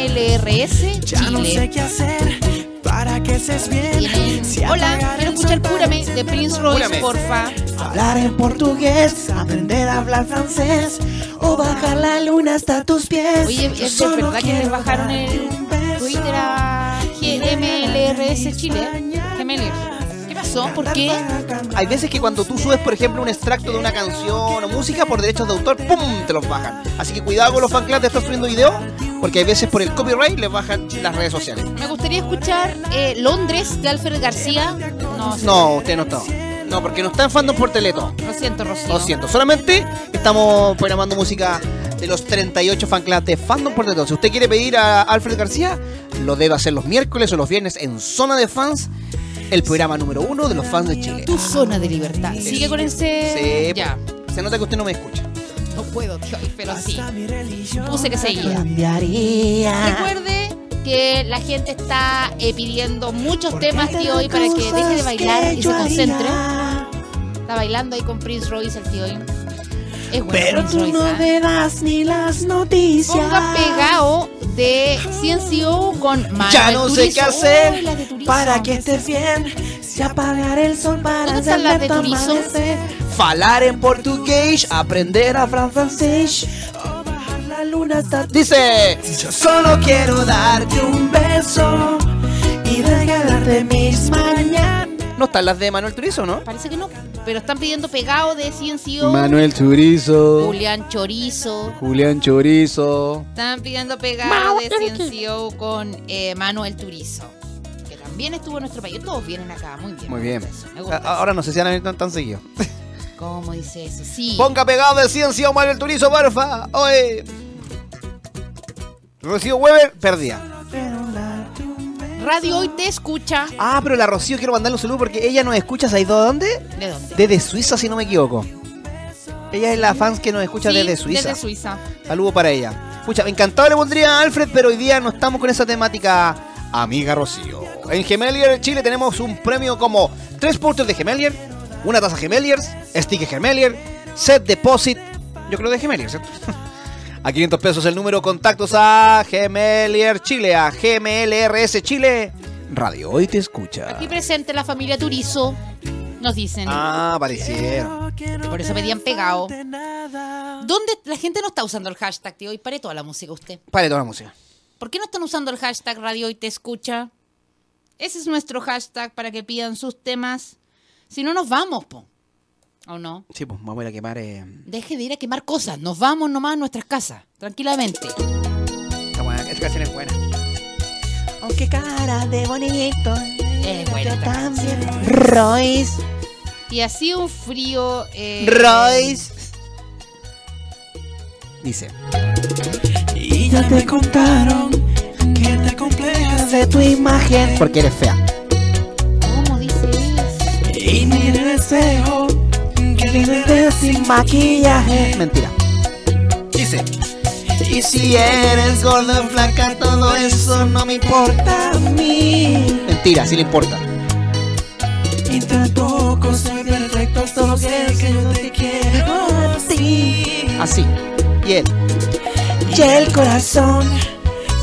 gmlrs chile.
qué hacer para que estés
Tienen, Hola, quiero escuchar Púrame de Prince
Púrame.
Royce, porfa.
Hablar en portugués, aprender a hablar francés o bajar la luna hasta tus pies.
Oye,
Yo
¿es de
solo
verdad que les
quiero
bajaron
darte
el
un beso,
Twitter ¿ah? a GMLRS Chile?
extrañar,
GMLRS. ¿Qué pasó? ¿Por qué?
para calmar.
Hay veces que cuando tú subes, por ejemplo, un extracto de una canción o música por derechos de autor, ¡pum! te los bajan. Así que cuidado con los fanclubs de estar subiendo videos, porque hay veces por el copyright les bajan las redes sociales.
Me gustaría escuchar eh, Londres de Alfred García. No,
No, usted no está. No, porque no está en fandom por Teletón.
lo siento, Rocío.
Lo siento, solamente estamos programando música de los 38 fanclubs de Fandom por Teletón. Si usted quiere pedir a Alfred García, lo debe hacer los miércoles o los viernes en Zona de Fans, el programa número uno de los fans de Chile.
Tu zona de libertad. Sigue con
Sí,
ese. ya.
Se nota que usted no me escucha.
No puedo, tío, pero sí. Puse que seguía.
Cambiaría.
Recuerde que la gente está eh, pidiendo muchos temas,
Porque
tío, hoy para que
cosas
deje de bailar
que
y se
yo haría.
concentre. Está bailando ahí con Prince Royce el tío hoy. Es bueno,
Pero
Prince
tú
Royce.
no
¿ah?
me das ni las noticias.
Ponga pegado de CNCO con Manuel
Ya no sé
Turizo.
qué hacer
Uy, la de Turizo.
Para que estés bien, se apagará el sol para
¿Dónde están las de
hacerme
Turizo?
amanecer.
Falar en portugués, aprender a
Fran Francis, o bajar la luna hasta
Dice,
Yo solo quiero darte un beso y regalarte mis mañanas.
no están las de Manuel Turizo, ¿no?
Parece que no, pero están pidiendo pegado de CNCO.
Manuel Chorizo.
Julián Chorizo.
Julián Chorizo.
Están pidiendo pegado
Mau,
de
eres
CNCO con eh, Manuel Turizo, que también estuvo en nuestro país. Todos vienen acá, muy bien.
Muy
me
bien.
gusta eso, me gusta
A-
eso.
Ahora no sé si van a venir tan, tan seguido.
¿Cómo dice eso? Sí.
Ponga pegado de ciencia o Manuel Turizo, porfa. Oye. Rocío Weber, perdía.
Radio Hoy te escucha.
Ah, pero la Rocío quiero mandarle un saludo porque ella nos escucha, ¿sabes de dónde?
¿De dónde?
Desde Suiza, si no me equivoco. Ella es la fans que nos escucha
Sí,
desde Suiza.
Desde Suiza.
Saludo para ella. Pucha, encantado le pondría a Alfred, pero hoy día no estamos con esa temática, amiga Rocío. En Gemelier Chile tenemos un premio como tres postres de Gemelier, una taza Gemeliers, stick Gemelier, set deposit, yo creo de Gemelier, ¿cierto? A 500 pesos el número, contactos a Gemelier Chile, a GMLRS Chile. Radio, hoy te escucha.
Aquí presente la familia Turizo, nos dicen.
Ah, aparecieron.
Por eso pedían pegado. ¿Dónde la gente no está usando el hashtag, tío? Y pare toda la música usted.
Pare toda la música.
¿Por qué no están usando el hashtag Radio Hoy Te Escucha? Ese es nuestro hashtag para que pidan sus temas. Si no, nos vamos, po. ¿O no?
Sí, pues vamos a ir a quemar. eh,
Deje de ir a quemar cosas. Nos vamos nomás a nuestras casas, tranquilamente.
esta buena- esta canción es buena.
Aunque cara de bonito,
Es buena
yo
esta
también. Royce,
Y así un frío. eh,
Royce. Dice.
y ya te contaron que te complejas de tu imagen.
Porque eres fea.
¿Cómo dice eso?
Y mira el espejo que vive sin maquillaje.
Mentira.
Dice.
Y
Si eres gorda, flaca, todo eso no me importa.
importa a mí,
Mentira, sí le importa.
y tampoco soy perfecto, solo sé que yo te quiero así.
Así. Y él.
Y el corazón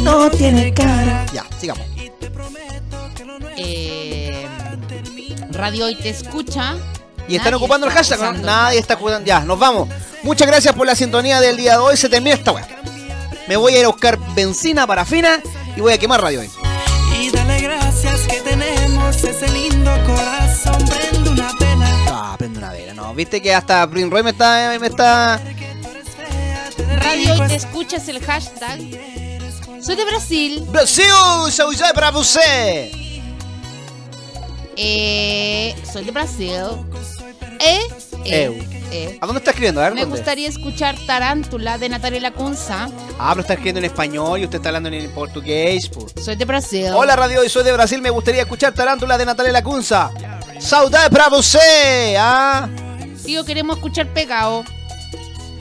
no tiene cara.
Ya, sigamos.
Eh, Radio Hoy Te Escucha.
Y están
Nadie
ocupando el
está
hashtag. ¿no?
usando.
Nadie está ocupando. Ya, nos vamos. Muchas gracias por la sintonía del día de hoy. Se termina esta weá. Me voy a ir a buscar benzina, parafina y voy a quemar radio hoy.
Y dale gracias que tenemos ese lindo corazón. Prende una vela,
Ah, prende una vela, ¿no? Viste que hasta Prince Roy me está. Me está...
Radio Hoy Te Escucha es el hashtag. Soy de Brasil.
Brasil, saúde para você.
Eh, soy de Brasil. Eh,
Eu.
eh.
¿A dónde está escribiendo? A ver,
Me
¿dónde?
gustaría escuchar Tarántula de Natalia Lacunza.
Ah, pero está escribiendo en español y usted está hablando en portugués, pues.
Soy de Brasil.
Hola Radio Hoy, soy de Brasil, me gustaría escuchar Tarántula de Natalia Lacunza. Saudade para você, ah.
Tío, queremos escuchar Pegao.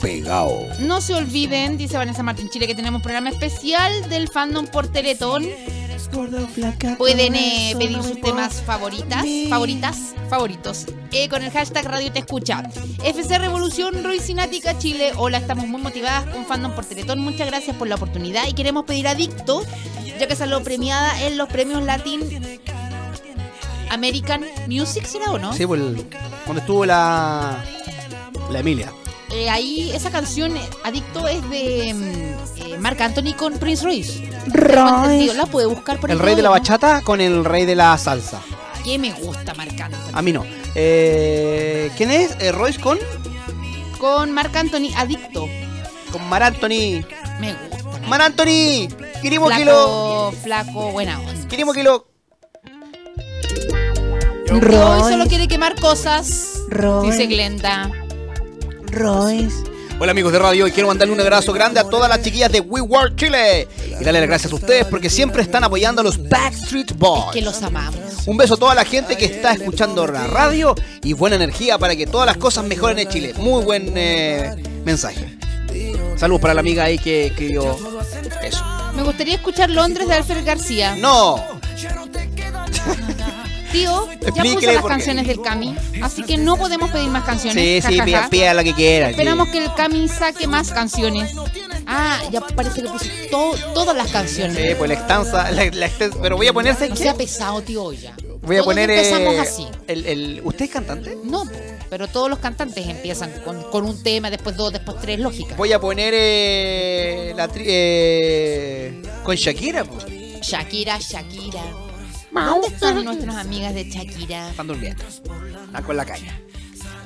Pegao.
No se olviden, dice Vanessa Martín Chile, que tenemos programa especial del fandom por Teletón. Pueden eh, pedir sus temas favoritas, favoritas, favoritos. eh, con el hashtag Radio Te Escucha. FC Revolución Ruiz Sinática Chile. Hola, estamos muy motivadas con Fandom por Teletón. Muchas gracias por la oportunidad. Y queremos pedir Adicto, ya que salió premiada en los premios Latin American Music, ¿será o no?
Sí, pues, el- cuando estuvo la. La Emilia.
Eh, ahí esa canción, eh, Adicto, es de mm, eh, Marc Anthony con Prince Royce. Tengo entendido, La puede buscar por
El
ahí
rey de la
todavía,
bachata con el rey de la salsa.
¿no? Que me gusta Marc Anthony.
A mí no. Eh, ¿Quién es? Eh, Royce con.
Con Marc Anthony, Adicto.
Con Mar Anthony.
Me gusta.
Mar Anthony. Queremos que lo.
Flaco, flaco, buena onda.
Queremos que lo.
Hoy solo quiere quemar cosas.
Roy.
Dice Glenda.
Royce.
Hola amigos de Radio, y quiero mandarle un abrazo grande a todas las chiquillas de We World Chile. Y darle las gracias a ustedes porque siempre están apoyando a los Backstreet Boys.
Que los amamos.
Un beso a toda la gente que está escuchando la radio y buena energía para que todas las cosas mejoren en Chile. Muy buen eh, mensaje. Saludos para la amiga ahí que escribió eso.
Me gustaría escuchar Londres de Alfred García.
No,
Tío, ya puso
Explíquele
las
por qué.
canciones del Cami. Así que no podemos pedir más canciones.
sí, sí,
jajaja.
pida, pida la que quiera. sí.
Esperamos que el Cami saque más canciones. Ah, ya parece que puso to- todas las canciones.
Sí, pues la estanza, la, la exten- pero voy a ponerse.
No sea pesado, tío, ya.
Voy a
Todos
poner. eh,
empezamos así.
el, el- ¿Usted es cantante?
No, pero todos los cantantes empiezan con, con un tema, después dos, después tres, lógica.
Voy a poner eh, la tri- eh, con Shakira. pues.
Shakira, Shakira. ¿Dónde están nuestras amigas de Shakira?
Están durmiendo. Están con la calle.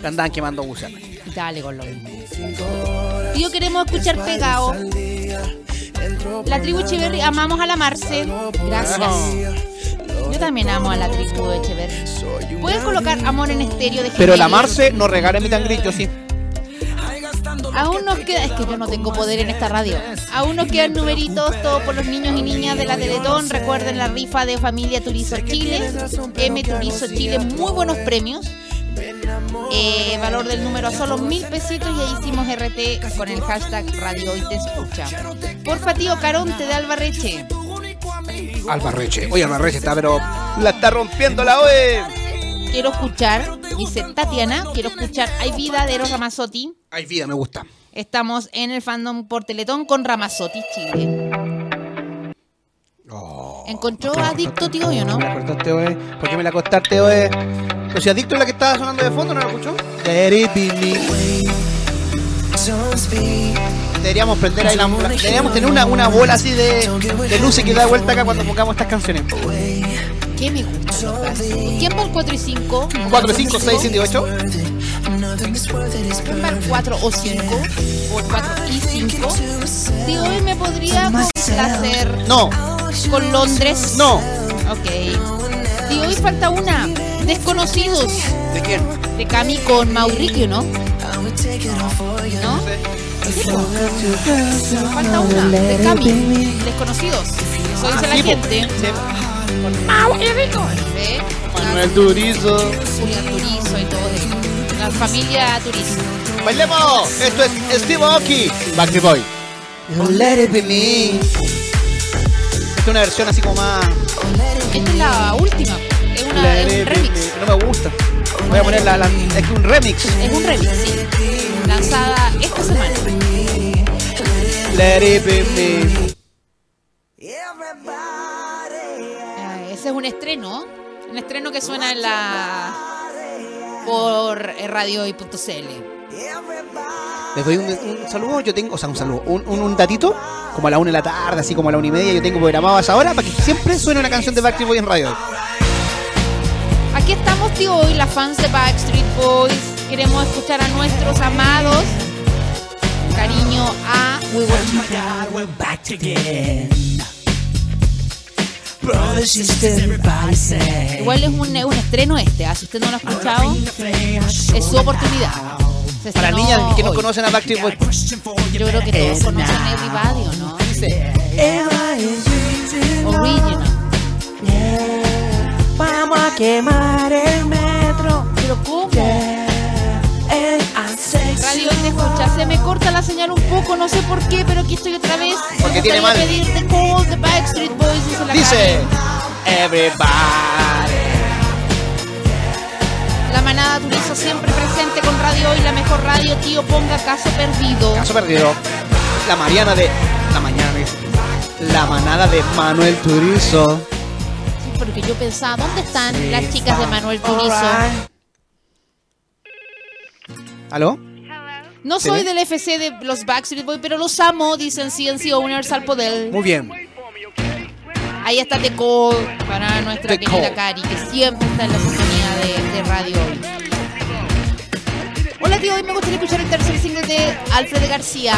Andan quemando gusanos.
Dale con lo mismo. Tío, queremos escuchar pegado. La tribu Echeverry, amamos a la Marce. Gracias. Yo también amo a la tribu Echeverry. Puedes colocar amor en estéreo de
Pero la
Gemelli?
Marce nos regala mi tangrillo, sí.
Aún nos queda, es que yo no tengo poder en esta radio. Aún nos quedan numeritos, todo por los niños y niñas de la Teletón. Recuerden la rifa de Familia Turizo Chile, M Turizo Chile, muy buenos premios. Eh, valor del número a solo mil pesitos y ahí hicimos RT con el hashtag Radio Hoy Te Escucha. Porfa, tío Caronte de Albarreche.
Albarreche. Oye, Albarreche está, pero. La está rompiendo la OE.
Quiero escuchar, dice Tatiana, quiero escuchar Hay Vida de Eros Ramazzotti.
Ay, vida, me gusta.
Estamos en el fandom por Teletón con Ramazzotti Chile. Encontró adicto tío yo, ¿no?
¿Me la cortaste, oe? ¿Por qué me la cortaste, oe? Pero si adicto es la que estaba sonando de fondo, ¿no la escuchó? Deberíamos prender ahí la la- Deberíamos tener una, una bola así de, de luces que da vuelta acá cuando pongamos estas canciones.
¿Qué me gusta? los brazos? ¿Quién va al 4 y 5?
4, 5, 6, 7, 8.
¿Quién va al 4 o 5? ¿O el 4 y 5? Tío, hoy me podría complacer
No,
con Londres.
no.
Ok. Tío, hoy falta una. Desconocidos.
¿De quién?
De Cami con Mauricio, ¿no? ¿No? Sí, po. Falta una. De Cami. Desconocidos. Eso dice la
Ah, sí, po.
gente. Mau y Rico. ¿Ve?
Manuel Turizo.
Julián Turizo y todo eso. La familia Turizo.
¡Bailemos! Esto es Steve Aoki. Backstreet Boy. Let it be me. Esta es una versión así como más.
Esta es la última. Es, una, es un remix.
No me gusta. Voy a poner la, la- Es que un remix.
Es un remix, sí. Lanzada esta semana.
Let it be me.
Ah, Ese es un estreno. Un estreno que suena en la. por eh, radio y punto CL.
Les doy un, un saludo. Yo tengo, o sea, un saludo. Un, un, un datito. Como a la una de la tarde, así como a la una y media. Yo tengo programado a esa hora para que siempre suene una canción de Backstreet Boy en radio.
Aquí estamos, tío, hoy, las fans de Backstreet Boys. Queremos escuchar a nuestros amados. Cariño a We Will
God, we're back again. Brothers, sisters, everybody say.
Igual es un, un estreno este, ah, si usted no lo ha escuchado, es su oportunidad. Se
Para las
estrenó
niñas que no
hoy.
conocen a Backstreet Boys.
Yo creo que todos conocen Everybody, ¿o no? Original.
Vamos a quemar el metro.
Pero ¿cómo? Radio te escuchas se me corta la señal un poco, no sé por qué, pero aquí estoy otra vez.
Porque tiene
Voy a
mal.
pedir The Call, The Backstreet Boys, dice la
Dice Everybody.
Karen. La manada Turizo siempre presente con Radio Hoy, la mejor radio, tío, ponga caso perdido.
Caso perdido. La Mariana de. La mañana es. La manada de Manuel Turizo.
Sí, porque yo pensaba, ¿dónde están las chicas de Manuel Turizo?
¿Aló?
No
Sí.
soy del FC de los Backstreet Boys, pero los amo, dicen CNC Owners al poder.
Muy bien.
Ahí está The Call para nuestra
The
querida
Call.
Cari, que siempre está en la sintonía de, de Radio Hoy. Hola tío, hoy me gustaría escuchar el tercer single de Alfred García.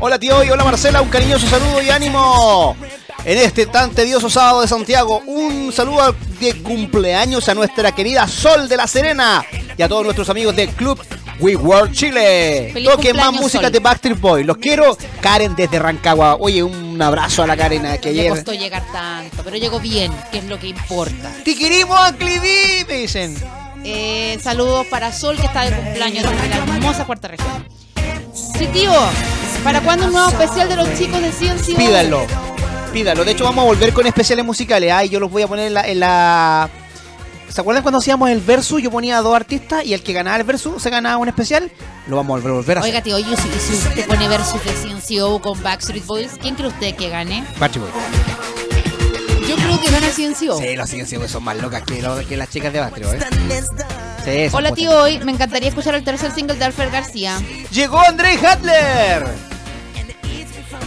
Hola tío y hola Marcela, un cariñoso saludo y ánimo. En este tan tedioso sábado de Santiago, un saludo de cumpleaños a nuestra querida Sol de la Serena y a todos nuestros amigos del Club We World Chile.
Feliz
Toquen más
cumpleaños,
música
Sol.
de Backstreet Boy. Los quiero. Karen desde Rancagua. Oye, un abrazo a la Karen eh, que
Le
ayer.
costó llegar tanto, pero llegó bien, que es lo que importa.
Te queremos a Cliví, me dicen.
Eh, saludos para Sol, que está de cumpleaños desde la hermosa cuarta región. Sí tío, ¿para cuándo un nuevo especial de los chicos de CNC?
Pídalo. Pídalo. De hecho, vamos a volver con especiales musicales. Ay, yo los voy a poner en la. en la- ¿Se acuerdan cuando hacíamos el versus? Yo ponía a dos artistas y el que ganaba el versus se ganaba un especial. Lo vamos a volver, volver a hacer.
Oiga tío, y si, y si usted pone versus de CNCO con Backstreet Boys, ¿quién cree usted que gane?
Backstreet Boys.
Yo creo que gana CNCO.
Sí, los siguen siendo, son más locas que, lo- que las chicas de Backstreet Boys. Sí, esas
Hola
cosas.
tío, hoy me encantaría escuchar el tercer single de Alfred García.
Llegó Andrés Hadler.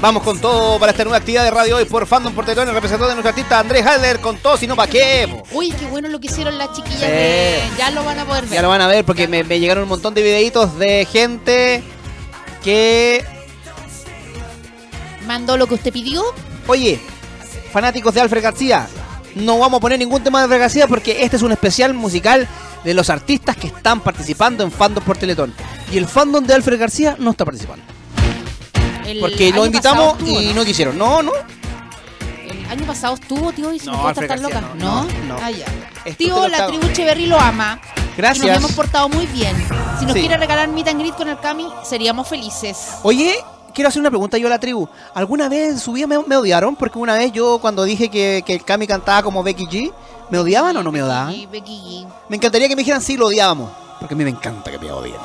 Vamos con todo para esta nueva actividad de radio hoy por Fandom Portetón, el representante de nuestro artista Andrés Hadler con todo, si no, ¿para qué? po?
Uy, qué bueno lo que hicieron las chiquillas
Sí.
de... Ya lo van a poder ver.
Ya lo van a ver porque me, me llegaron un montón de videitos de gente que...
Mandó lo que usted pidió.
Oye, fanáticos de Alfred García, no vamos a poner ningún tema de Alfred García porque este es un especial musical de los artistas que están participando en Fandom por Teletón. Y el fandom de Alfred García no está participando.
El
Porque
año
lo invitamos
pasado estuvo,
y
¿no?
no quisieron. No, no.
El año pasado estuvo, tío, y si
No,
no, puede
Alfred
estar
García,
loca.
no,
¿No?
no, no.
Ah, ya.
Esto te
Tío,
lo
la
cago.
tribu Cheverry lo ama. Nos
Gracias.
hemos portado muy bien. Si nos
Sí.
quiere regalar meet and greet con el Cami, seríamos felices.
Oye, quiero hacer una pregunta yo a la tribu. ¿Alguna vez en su vida me, me odiaron? Porque una vez yo cuando dije que, que el Cami cantaba como Becky G, ¿me odiaban o Ah, no me ¿eh? odiaban?
Y Becky G.
Me encantaría que me dijeran sí, lo odiábamos. Porque a mí me encanta que me odien.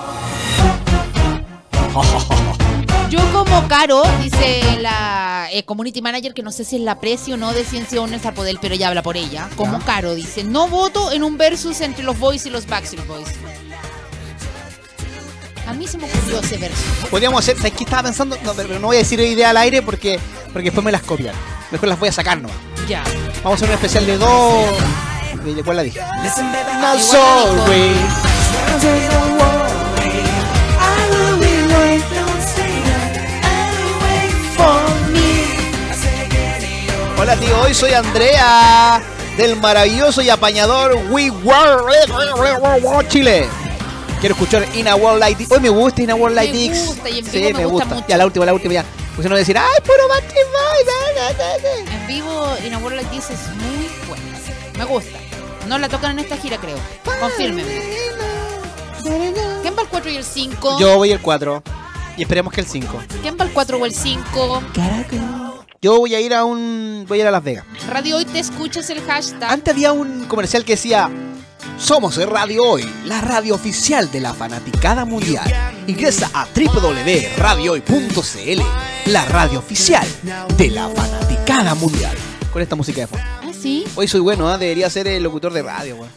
Yo como Caro, dice la eh, community manager, que no sé si es la precio o no de Ciencia Honest al Poder, pero ella habla por ella. Como
Ya.
Caro, dice, no voto en un versus entre los boys y los Backstreet Boys. A mí se me ocurrió ese versus.
Podríamos hacer, ¿sabes qué estaba pensando? No, pero pero no voy a decir idea al aire porque, porque después me las copian. Después las voy a sacar nomás.
Ya.
Vamos a hacer un especial de dos. ¿De cuál la dije?
No sorry.
Hola tío, hoy soy Andrea del maravilloso y apañador We World Chile. Quiero escuchar In a World Light. Hoy me gusta In a World Light
Me
Dix.
gusta, y en
Sí,
vivo me
me
gusta
gusta.
mucho.
Ya la última, la última ya. Pues no decir, ay, puro Backstreet Boys, eh, na, na, na, na".
En vivo, In a World Like This es muy buena. Me gusta. No la tocan en esta gira, creo. Confírmenme. ¿Quién va el 4 y el 5?
Yo voy el 4 y esperemos que el 5.
¿Quién va el 4 o el 5?
Yo voy a ir a un voy a ir a Las Vegas.
Radio Hoy te escuchas el hashtag.
Antes había un comercial que decía Somos Radio Hoy, la radio oficial de la fanaticada mundial. Ingresa a www.radiohoy.cl, la radio oficial de la fanaticada mundial. Con esta música de fondo.
Ah, sí.
Hoy soy bueno, ¿ah? debería ser el locutor de radio. weón.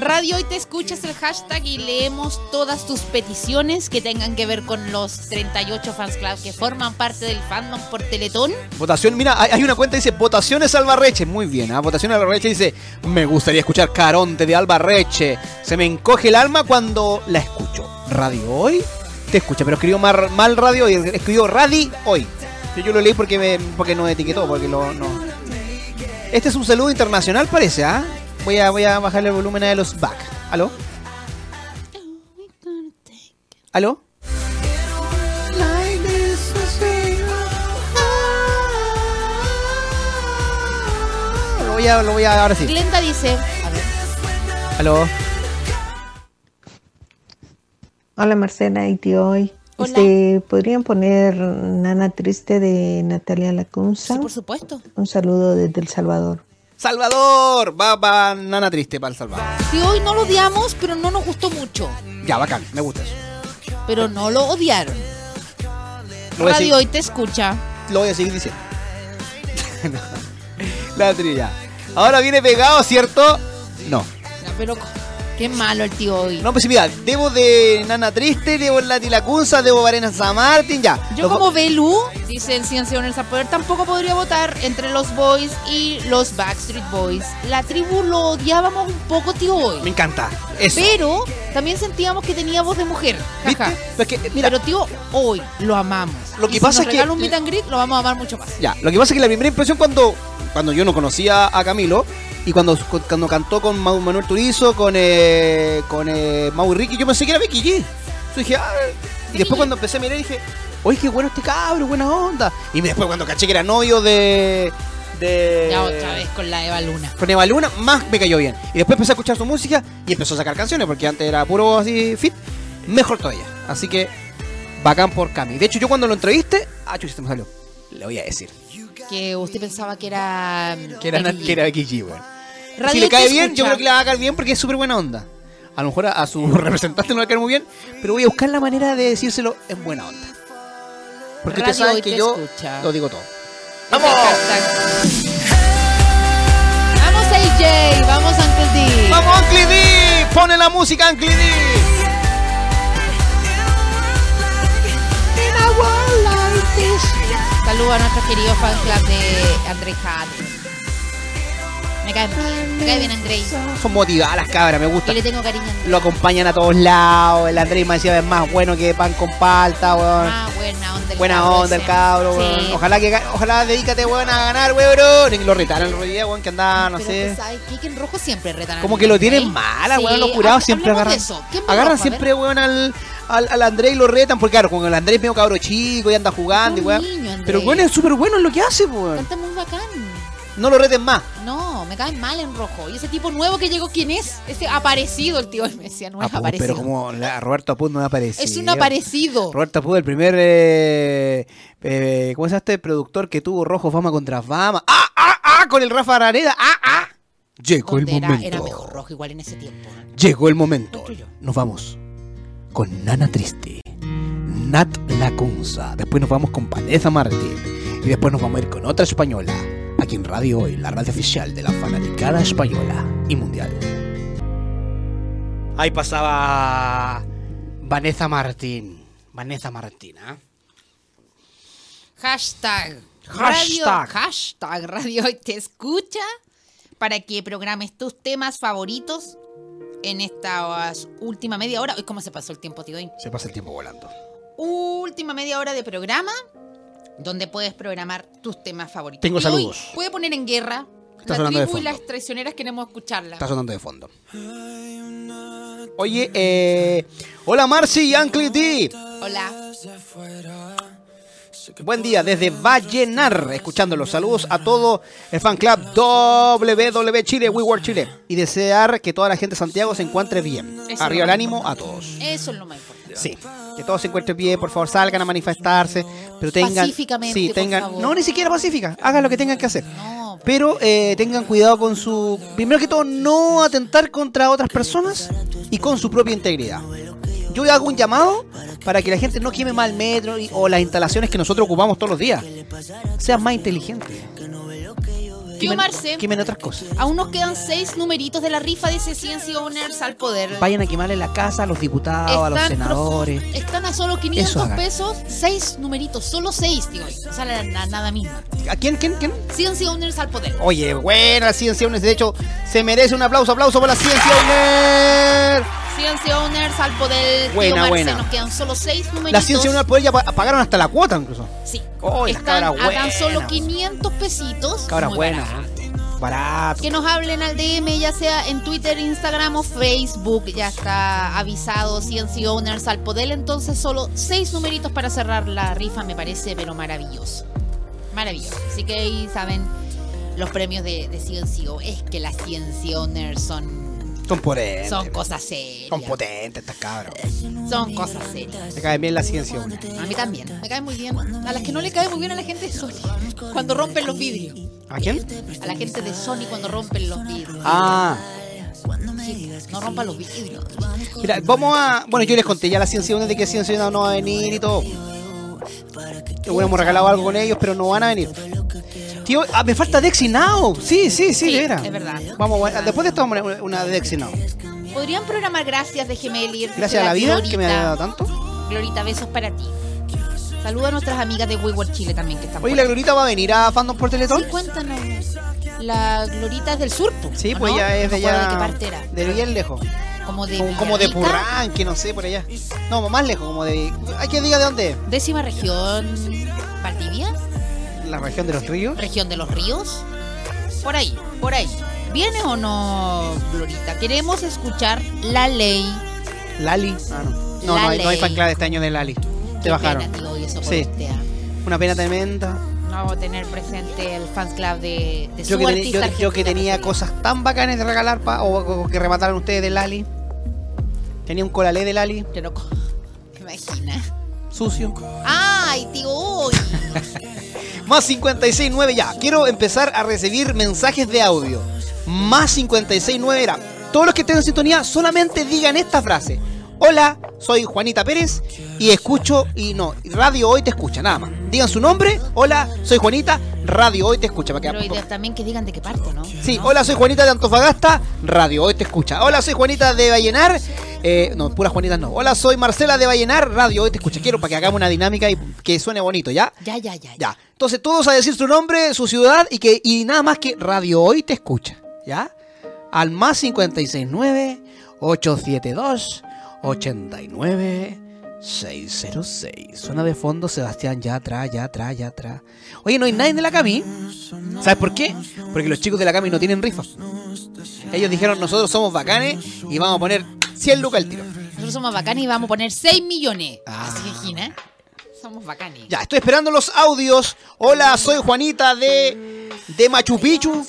Radio Hoy te escuchas el hashtag y leemos todas tus peticiones que tengan que ver con los 38 fans club que forman parte del fandom por Teletón.
Votación, mira, hay, hay una cuenta que dice Votaciones Albarreche. Muy bien, ¿ah? Votaciones Albarreche dice Me gustaría escuchar Caronte de Albarreche. Se me encoge el alma cuando la escucho. Radio Hoy te escucha, pero escribió mar- mal Radio Hoy, escribió Radi Hoy. Yo, yo lo leí porque me, porque no etiquetó, porque lo, no. Este es un saludo internacional, parece, ¿ah? Voy a, voy a bajarle el volumen a los back. ¿Aló? ¿Aló? Lo voy a, lo voy a, ahora sí.
Glenda dice, a ver,
¿Aló?
Hola Marcela y tío hoy. Este, ¿Podrían poner Nana Triste de Natalia Lacunza?
por supuesto.
Un saludo desde El Salvador.
Salvador, va para Nana Triste para El Salvador.
Si hoy no lo odiamos, pero no nos gustó mucho.
Ya, bacán, me gusta eso.
Pero no lo odiaron.
Lo voy a
Radio
seguir,
hoy te escucha.
lo voy a seguir diciendo. La trilla. Ahora viene pegado, ¿cierto? No.
No, pero co- qué malo el tío hoy.
No, pues mira, debo de Nana Triste, debo la Tilacunza, debo Varena San Martín, ya.
Yo
Los-
como Belú, dice el Ciencia en el Zapoder, tampoco podría votar entre los Boys y los Backstreet Boys. La tribu lo odiábamos un poco, tío
Me
hoy.
encanta. Eso.
Pero también sentíamos que tenía voz de mujer. Jaja.
Pero es que, mira,
Pero tío, hoy lo amamos.
Lo que
Y
pasa
si
es
nos
que- eh,
regala un meet and greet, lo vamos a amar mucho más.
Ya, lo que pasa es que la primera impresión cuando, cuando yo no conocía a Camilo y cuando, cuando cantó con Mau- Manuel Turizo, con, eh, con eh, Mau y Ricky, yo pensé que era Becky G. Yo dije, ah, y después cuando empecé a mirar dije, oye, qué bueno este cabro, buena onda. Y después cuando caché que era novio de... de
Ya otra vez con la Eva Luna.
Con Eva Luna, más me cayó bien. Y después empecé a escuchar su música y empezó a sacar canciones, porque antes era puro así fit, mejor todavía. Así que, bacán por Cami. De hecho, yo cuando lo entreviste, ah, chucha, se me salió. Le voy a decir.
Que usted pensaba que era. mm,
Que era,
Becky G.
que era Becky G, weón.
Radio
si le
Te
cae bien,
Escucha.
yo creo que le va a caer bien porque es súper buena onda. A lo mejor a, a su representante no le va a caer muy bien, pero voy a buscar la manera de decírselo en buena onda. Porque ustedes
Radio
saben
Hoy
que
Te
yo
Escucha.
lo digo todo.
¡Vamos! Vamos AJ, vamos Uncle D.
¡Vamos, Uncle D! ¡Pone la música, Uncle D!
Saludos a nuestro querido fan club de André Jade. Me cae, me cae bien André.
Son motivadas las cabras, me gusta.
Yo le tengo cariño a André.
Lo acompañan a todos lados. El Andrés me decía, es más bueno que pan con palta, weón.
Ah, buena onda el
Buena
cabro
onda el
ese.
cabro,
Sí.
weón. Ojalá que ga- ojalá dedícate, weón, a ganar, weón. Y lo retaron el otro día, weón, que andaba, no
Pero
sé.
que sabe que- que en rojo siempre retan a
Como
André,
que lo tienen
¿sí?
mala,
Sí,
weón. Los jurados
ha-
siempre
hablemos
agarran.
de eso. ¿Quién me
Agarran
roja? A ver.
siempre, weón, al, al, al Andrés y lo retan. Porque claro, con el Andrés medio cabro chico y anda jugando, y
Un
weón.
niño, Andrés.
Pero weón es súper bueno en lo que hace, weón.
Canta muy bacán.
No lo reten más.
No, me caen mal en rojo. Y ese tipo nuevo que llegó, ¿quién es? Ese aparecido, el tío. Me decía, no es
Apu,
aparecido.
Ah, pues, pero como la- Roberto Apud no ha aparecido.
Es un aparecido.
Roberto Apud, el primer, eh, eh, ¿cómo se llama este productor que tuvo Rojo Fama contra Fama? ¡Ah, ah, ah! Con el Rafa Araneda. ¡Ah, ah! Llegó el
Donde
momento.
era, era mejor rojo igual en ese tiempo.
Llegó el momento.
Otro yo.
Nos vamos con Nana Triste, Nat Lacunza. Después nos vamos con Vanessa Martín. Y después nos vamos a ir con otra española. Aquí en Radio Hoy, la radio oficial de la fanaticada española y mundial. Ahí pasaba Vanessa Martín. Vanessa Martín, ¿ah?
Hashtag.
Hashtag.
Radio, hashtag Radio Hoy Te Escucha para que programes tus temas favoritos en esta uh, última media hora. Uy, ¿cómo se pasó el tiempo, tío? Hoy?
Se pasa el tiempo volando.
última media hora de programa donde puedes programar tus temas favoritos.
Tengo
Y
saludos.
hoy Puede poner en guerra
Está
la
sonando de
tribu y
fondo.
las traicioneras queremos escucharla.
Está sonando de fondo. Oye, eh, hola Marci y Uncle D.
Hola.
Buen día desde Vallenar, escuchando los saludos a todo el fan club WW Chile, We World Chile. Y desear que toda la gente de Santiago se encuentre bien.
Eso
Arriba el
no.
ánimo a todos.
Eso es lo más importante.
Sí. Que todos se encuentren bien, por favor, salgan a manifestarse. Pero tengan.
Pacíficamente,
Sí,
por
tengan.
favor.
No, ni siquiera pacífica. Hagan lo que tengan que hacer.
No,
Pero eh, tengan cuidado con su. Primero que todo, no atentar contra otras personas y con su propia integridad. Yo hago un llamado para que la gente no queme mal metro y- o las instalaciones que nosotros ocupamos todos los días. Sean más inteligentes.
tío Marce,
Quemen otras cosas.
aún nos quedan seis numeritos de la rifa de ese Ciencia Owners al poder.
Vayan a quemarle la casa a los diputados, a los senadores.
profu- están a solo
Eso
500
hagan.
pesos, seis numeritos, solo seis, tío. O sea, la- la- nada mismo.
¿A quién, quién, quién?
Ciencia Owners al poder.
Oye, buena Ciencia UNES. De hecho, se merece un aplauso, aplauso para la Ciencia UNES.
Ciencia Owners al poder. tío
Buena,
Marce,
buena.
Nos quedan solo seis numeritos.
La Ciencia UNES poder ya pa- pagaron hasta la cuota incluso.
Sí.
Oh, las
Están
cabras
a tan
buenas,
solo
vos.
500 pesitos.
Cabra
Muy
buena.
barato.
Barato.
Que nos hablen al DM, ya sea en Twitter, Instagram o Facebook. Ya está avisado Ciencia Owners al poder. Entonces, solo seis numeritos para cerrar la rifa, me parece, pero maravilloso. Maravilloso. Así que ahí saben los premios de, de CNCO. Es que las Ciencia Owners son
Son potentes.
Son cosas serias.
Son potentes estas cabras.
Son cosas serias.
Te cae bien la ciencia, una.
A mí también, me cae muy bien. A las que no le cae muy bien a la gente de Sony, cuando rompen los vidrios.
¿A quién?
A la gente de Sony cuando rompen los vidrios.
Ah.
Chicos, no rompan los vidrios.
Mira, vamos a. Bueno, yo les conté ya la ciencia una de que ciencia una no va a venir y todo. Que bueno, hemos regalado algo con ellos, pero no van a venir. Tío, ah, me falta Dexy Now. Sí, sí, sí, de veras.
es verdad.
Vamos, a- después de esto vamos a poner una de Dexy Now.
¿Podrían programar gracias de Gemelir?
Gracias a la vida que me ha dado tanto.
Glorita, besos para ti. Saluda a nuestras amigas de WeWork Chile también que están
Oye,
por
la
aquí.
Glorita va a venir a Fandom por Teletón.
Sí, cuéntanos. La Glorita es del sur, po,
Sí,
¿o
pues
no?
ya es
No
de
me acuerdo
allá.
¿De qué parte era?
De bien lejos.
Como de,
Como, como de
Villarrica,
Purranque, no sé, por allá. No, más lejos, como de. Hay que diga de dónde es.
Décima región, Valdivia,
La región de los ríos.
región de los ríos. Por ahí, por ahí. ¿Viene o no, Glorita? Queremos escuchar la ley.
Lali. Ah, no. No,
La
no hay, no hay
ley.
fan club este año de Lali.
Qué
Te bajaron.
pena, tío, y eso por
Sí.
usted, ah.
Una pena tremenda.
No vamos a tener presente el fan club de, de
Yo
su
que, teni-
artista
yo- yo que
argentina
tenía
preferido.
cosas tan bacanas de regalar pa- o, o que remataron ustedes de Lali. Tenía un colalé de Lali,
Yo no co- ¿Te imaginas?
sucio.
¡Ay, tío! uy!
Más 569 ya. Quiero empezar a recibir mensajes de audio. Más 569 era. Todos los que estén en sintonía solamente digan esta frase. Hola, soy Juanita Pérez y escucho y no, Radio Hoy te escucha, nada más. Digan su nombre. Hola, soy Juanita, Radio Hoy te escucha. Para
Pero
que,
y de- también que digan de qué parte, ¿no?
Sí,
¿No?
hola, soy Juanita de Antofagasta, Radio Hoy te escucha. Hola, soy Juanita de Vallenar. eh, no, puras Juanitas no. Hola, soy Marcela de Vallenar, Radio Hoy te escucha. Quiero para que hagamos una dinámica y que suene bonito, ¿ya?
Ya, ya, ya.
Ya. Entonces todos a decir su nombre, su ciudad y que y nada más que Radio Hoy te escucha, ¿ya? Al más 569 872 89 606. Suena de fondo Sebastián ya atrás, ya atrás, ya atrás. Oye, no hay nadie de la Cami. ¿Sabes por qué? Porque los chicos de la Cami no tienen rifa. Ellos dijeron, "Nosotros somos bacanes y vamos a poner 100 lucas al tiro."
Nosotros somos bacanes y vamos a poner 6 millones. Así que, Gina, somos bacanes.
Ah. Ya, estoy esperando los audios. Hola, soy Juanita de, de Machu Picchu.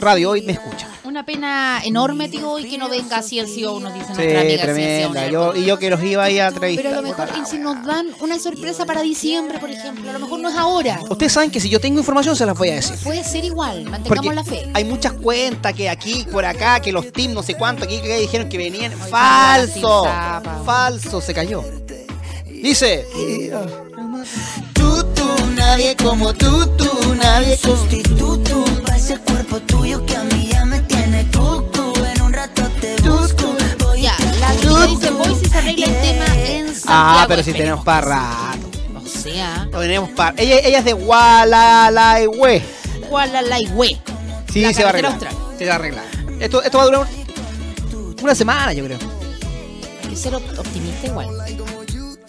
Radio hoy me escucha.
Una pena enorme, tío, y que no venga así el CEO, nos dice nuestra amiga CNCO.
Yo, y yo que los iba ahí a traer.
E Pero a lo mejor, y si nos dan una sorpresa para diciembre, por ejemplo, a lo mejor no es ahora.
Ustedes saben que si yo tengo información se las voy a decir.
Puede ser igual, mantengamos
Porque
la fe.
hay muchas cuentas que aquí, por acá, que los team no sé cuánto, aquí que dijeron que venían. Falso. Falso, se cayó. Dice.
Tú, tú, nadie como tú, tú, nadie sustituto Pa' ese cuerpo tuyo que a mí ya me tiene cucu En un rato te busco voy
Ya, la amiga dice, voy si se arregla el tema en Santiago.
Ah, pero si tenemos
Esperemos
para rato.
que sí. O sea,
Tenemos para. Ella, ella es de Gualalaiwe.
Gualalaiwe.
Sí,
La
se va a
carretera
arreglar. Se va a arreglar. Esto, esto va a durar un- una semana, yo creo.
Hay que ser op- optimista igual.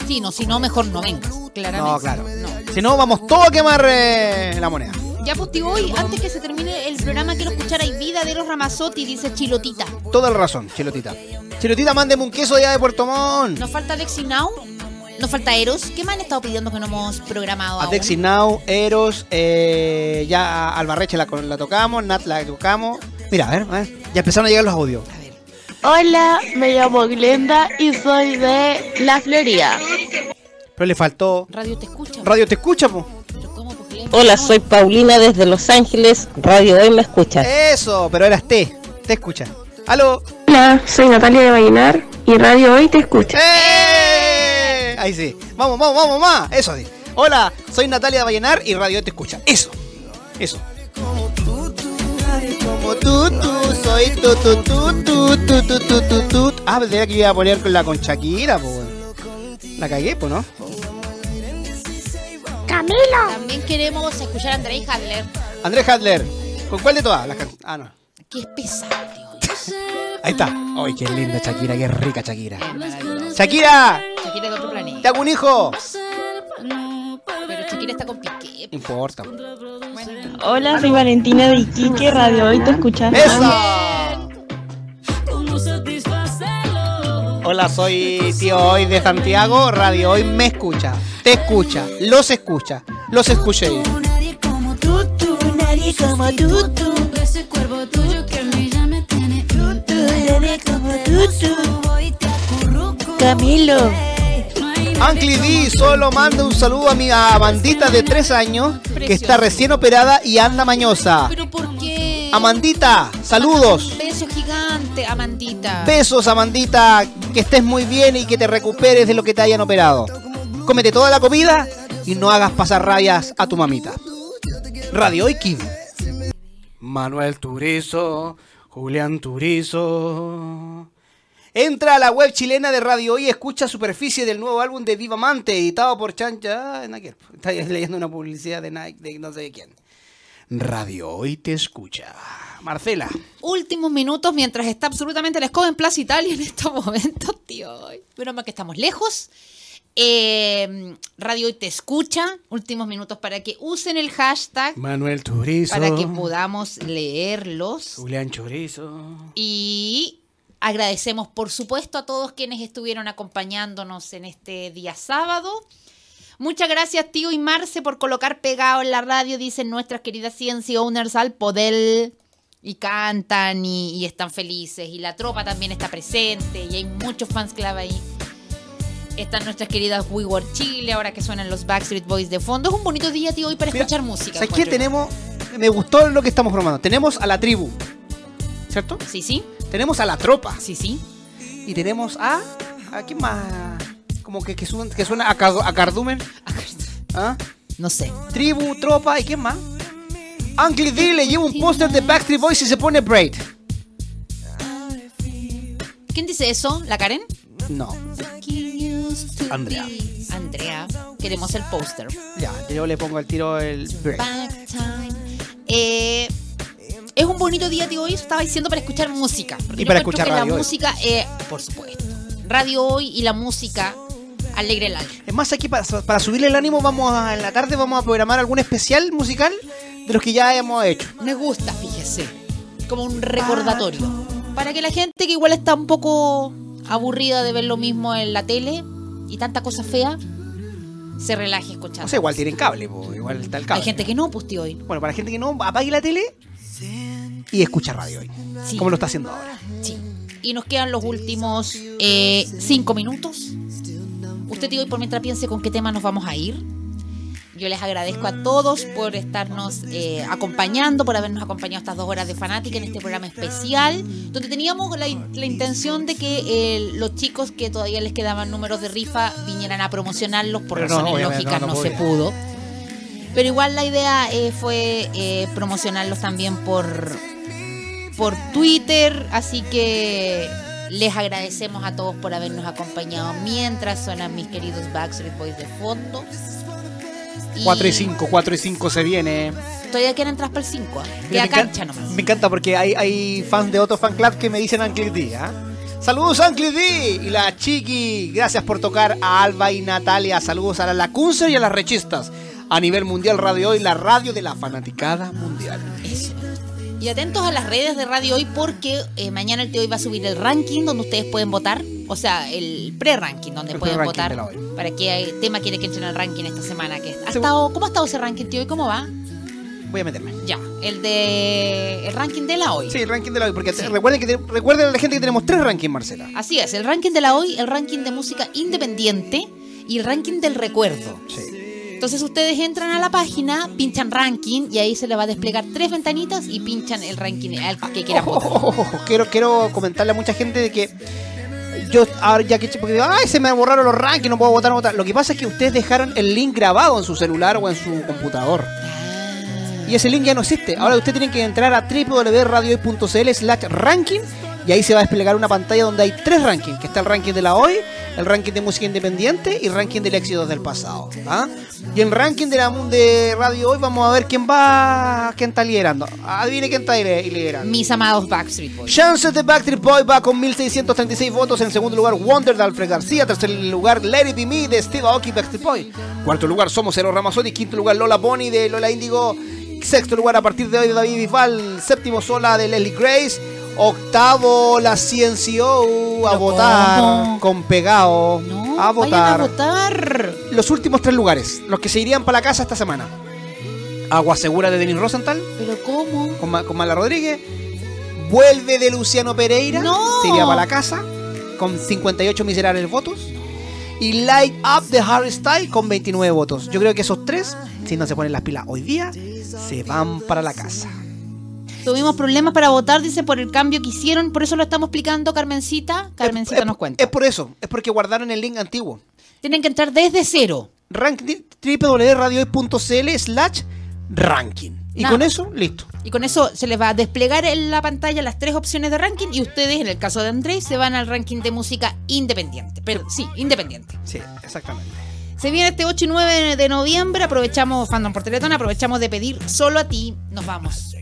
Sí, no, si no, mejor no vengas. Claramente.
No, claro.
No.
Si no, vamos todos a quemar eh, la moneda.
Ya postigo hoy, antes que se termine el programa, quiero escuchar a Vida de los Ramazotti, dice Chilotita.
Toda la razón, Chilotita. Chilotita, mándeme un queso allá de Puerto Montt.
Nos falta Lexi Now, nos falta Eros. ¿Qué más han estado pidiendo que no hemos programado
A
aún?
Dexy Now, Eros, eh, ya a Albarreche la, la tocamos, Nat la tocamos. Mira, a ver, a ver, ya empezaron a llegar los audios.
Hola, me llamo Glenda y soy de La Florida.
Pero le faltó.
Radio te escucha.
Radio, ¿te escucha, po?
Hola, soy Paulina desde Los Ángeles. Radio Hoy me escucha.
Eso, pero eras T. Te escucha. ¡Aló!
Hola, soy Natalia de Vallenar y Radio Hoy te escucha.
¡Eh! Ahí sí. Vamos, vamos, vamos, más. Eso sí. Hola, soy Natalia de Vallenar y Radio Te Escucha. Eso. Eso. Como tú, tú, soy tú, tú, tú, tú, tú, tú, tú, tú, tú. Ah, pensé que iba a poner con la con Shakira, po. weón. La cagué, po, ¿no?
¡Camilo! También queremos escuchar a Andrés Hadler,
Andrés Hadler. ¿Con cuál de todas? Las can- ah, no.
que es pesado.
Ahí está. Ay, qué linda Shakira, qué rica Shakira. Shakira,
Shakira de otro planeta.
te hago un hijo.
Pero Shakira está con Piqué.
No importa.
Hola, soy Valentina de Iquique, Radio Hoy te escuchas.
Hola, soy tío hoy de Santiago. Radio hoy me escucha, te escucha, los escucha, los escuché.
tú, nadie como tú, tú. Ese cuerpo tuyo que a mí ya me tiene. Tú, tú,
Camilo. Ankle D solo manda un saludo a mi a Amandita de 3 años que está recién operada y anda mañosa.
¿Pero por qué?
Amandita, saludos.
Besos gigantes, Amandita.
Besos, Amandita. Que estés muy bien y que te recuperes de lo que te hayan operado. Cómete toda la comida y no hagas pasar rabias a tu mamita. Radio Kid.
Manuel Turizo, Julián Turizo.
Entra a la web chilena de Radio Hoy y escucha Superficie del nuevo álbum de Viva Mante, editado por Chancha. Ah, no quiero. Está leyendo una publicidad de Nike, de no sé quién. Radio Hoy te escucha. Marcela.
Últimos minutos mientras está absolutamente la escoba en Plaza Italia en estos momentos, tío. Pero más que estamos lejos. Eh, Radio Hoy te escucha. Últimos minutos para que usen el hashtag.
Manuel Turizo.
Para que podamos leerlos.
Julián Chorizo.
Y agradecemos, por supuesto, a todos quienes estuvieron acompañándonos en este día sábado. Muchas gracias, tío y Marce, por colocar pegado en la radio, dicen nuestras queridas Ciencia Owners al poder. Y cantan y, y están felices. Y la tropa también está presente. Y hay muchos fans clave ahí. Están nuestras queridas WeWork Chile, ahora que suenan los Backstreet Boys de fondo. Es un bonito día, tío, hoy para
Mira,
escuchar música.
¿Sabes qué?
encuentro yo.
Tenemos. Me gustó lo que estamos formando. Tenemos a la tribu. ¿Cierto?
Sí, sí.
Tenemos a la tropa.
Sí, sí.
Y tenemos a. ¿A quién más? Como que, que, suena, que suena a, cardu- a cardumen. ¿Ah?
No sé.
Tribu, tropa, ¿y quién más? Uncle D le lleva un póster de Backstreet Boys y se pone Braid.
¿Quién dice eso? ¿La Karen?
No. Andrea.
Andrea. Queremos el póster.
Ya, yo le pongo al tiro el Braid.
Back time. Eh, es un bonito día, tío. Hoy estaba diciendo para escuchar música. porque
Y
yo
para
encuentro
escuchar
que
radio
la
hoy.
música, eh, por supuesto. Radio hoy y la música alegre el alma.
Es más, aquí para, para subirle el ánimo, vamos a- en la tarde vamos a programar algún especial musical de los que ya hemos hecho.
Me gusta, fíjese. Como un recordatorio. Para que la gente que igual está un poco aburrida de ver lo mismo en la tele y tanta cosa fea, se relaje escuchando.
O sea, igual tienen cable, po, igual está el cable.
Hay gente que no, pues tío, hoy.
Bueno, para la gente que no, apague la tele y escucha radio hoy.
Sí.
Como lo está haciendo ahora.
Sí. Y nos quedan los últimos eh, cinco minutos. Usted digo, y por mientras piense con qué tema nos vamos a ir. Yo les agradezco a todos por estarnos eh, acompañando, por habernos acompañado estas dos horas de fanática en este programa especial, donde teníamos la, in- la intención de que eh, los chicos que todavía les quedaban números de rifa vinieran a promocionarlos por
Pero no,
razones
obviamente,
lógicas,
no,
no,
no
se
podía.
pudo. Pero igual la idea eh, fue eh, promocionarlos también por, por Twitter, así que les agradecemos a todos por habernos acompañado mientras suenan mis queridos Backstreet Boys de fondo.
4 y 5, 4 y 5 se viene.
Todavía quedan entrar para el 5.
Mira,
Queda
me, encan-
cancha nomás.
me encanta porque hay, hay fans de otro fan club que me dicen Uncle D. ¿ah? Saludos Uncle D y la Chiqui. Gracias por tocar a Alba y Natalia. Saludos a la Lacunza y a las rechistas. A nivel mundial, Radio Hoy, la radio de la fanaticada mundial.
Eso. Y atentos a las redes de Radio Hoy porque eh, mañana el Teo Hoy va a subir el ranking donde ustedes pueden votar. O sea, el pre-ranking donde
El
pueden
pre-ranking
votar
de la Hoy.
para qué tema quiere que entre en el ranking esta semana. Que ha estado, ¿Cómo ha estado ese ranking, Teo Hoy? ¿Cómo va?
Voy a meterme.
Ya, el de el ranking de la Hoy.
Sí, el ranking de la hoy, porque te- recuerden, que te- recuerden a la gente que tenemos tres rankings, Marcela.
Así es, el ranking de la hoy, el ranking de música independiente y el ranking del recuerdo. Entonces ustedes entran a la página, pinchan ranking y ahí se les va a desplegar tres ventanitas y pinchan el ranking al que quieran votar.
Ojo, quiero, quiero comentarle a mucha gente de que yo ahora ya que porque digo, ay se me borraron los rankings, no puedo votar, no puedo votar. Lo que pasa es que ustedes dejaron el link grabado en su celular o en su computador. Y ese link ya no existe. Ahora ustedes tienen que entrar a www.radiohoy.cl slash ranking y ahí se va a desplegar una pantalla donde hay tres rankings, que está el ranking de la hoy, el ranking de música independiente y ranking del éxito del pasado. ¿ah? Y en ranking de la de radio hoy vamos a ver quién va, quién está liderando. Adivine quién está li- liderando.
Mis amados Backstreet Boys.
Chances de Backstreet Boy va con 1636 votos. En segundo lugar, Wonder de Alfred García. Tercer lugar, Let It Be Me de Steve Aoki Backstreet Boy. Cuarto lugar, Somos Eros Ramazotti. Quinto lugar, Lola Bonnie de Lola Indigo. Sexto lugar, a partir de hoy, David Bisbal. Séptimo, Sola de Leslie Grace. Octavo, la CNCO a votar con pegado. a votar.
Vayan a votar.
Los últimos tres lugares, los que se irían para la casa esta semana. Agua Segura de Denis Rosenthal.
¿Pero cómo?
Con, Ma- con Mala Rodríguez. vuelve de Luciano Pereira,
No.
se iría para la casa con 58 miserables votos. Y Light Up de Harry Styles con 29 votos. Yo creo que esos tres, si no se ponen las pilas hoy día, se van para la casa.
Tuvimos problemas para votar, dice, por el cambio que hicieron, por eso lo estamos explicando, Carmencita.
Eh,
Carmencita nos cuenta.
Es por eso, es porque guardaron el link antiguo.
Tienen que entrar desde cero.
Rank www.radiohoy.cl slash ranking. Y
Nada.
con eso, listo.
Y con eso se les va a desplegar en la pantalla las tres opciones de ranking y ustedes, en el caso de Andrés, se van al ranking de música independiente. Pero sí, independiente.
Sí, exactamente.
Se viene este 8 y 9 de noviembre, aprovechamos, fandom por Teletón, aprovechamos de pedir solo a ti, nos vamos.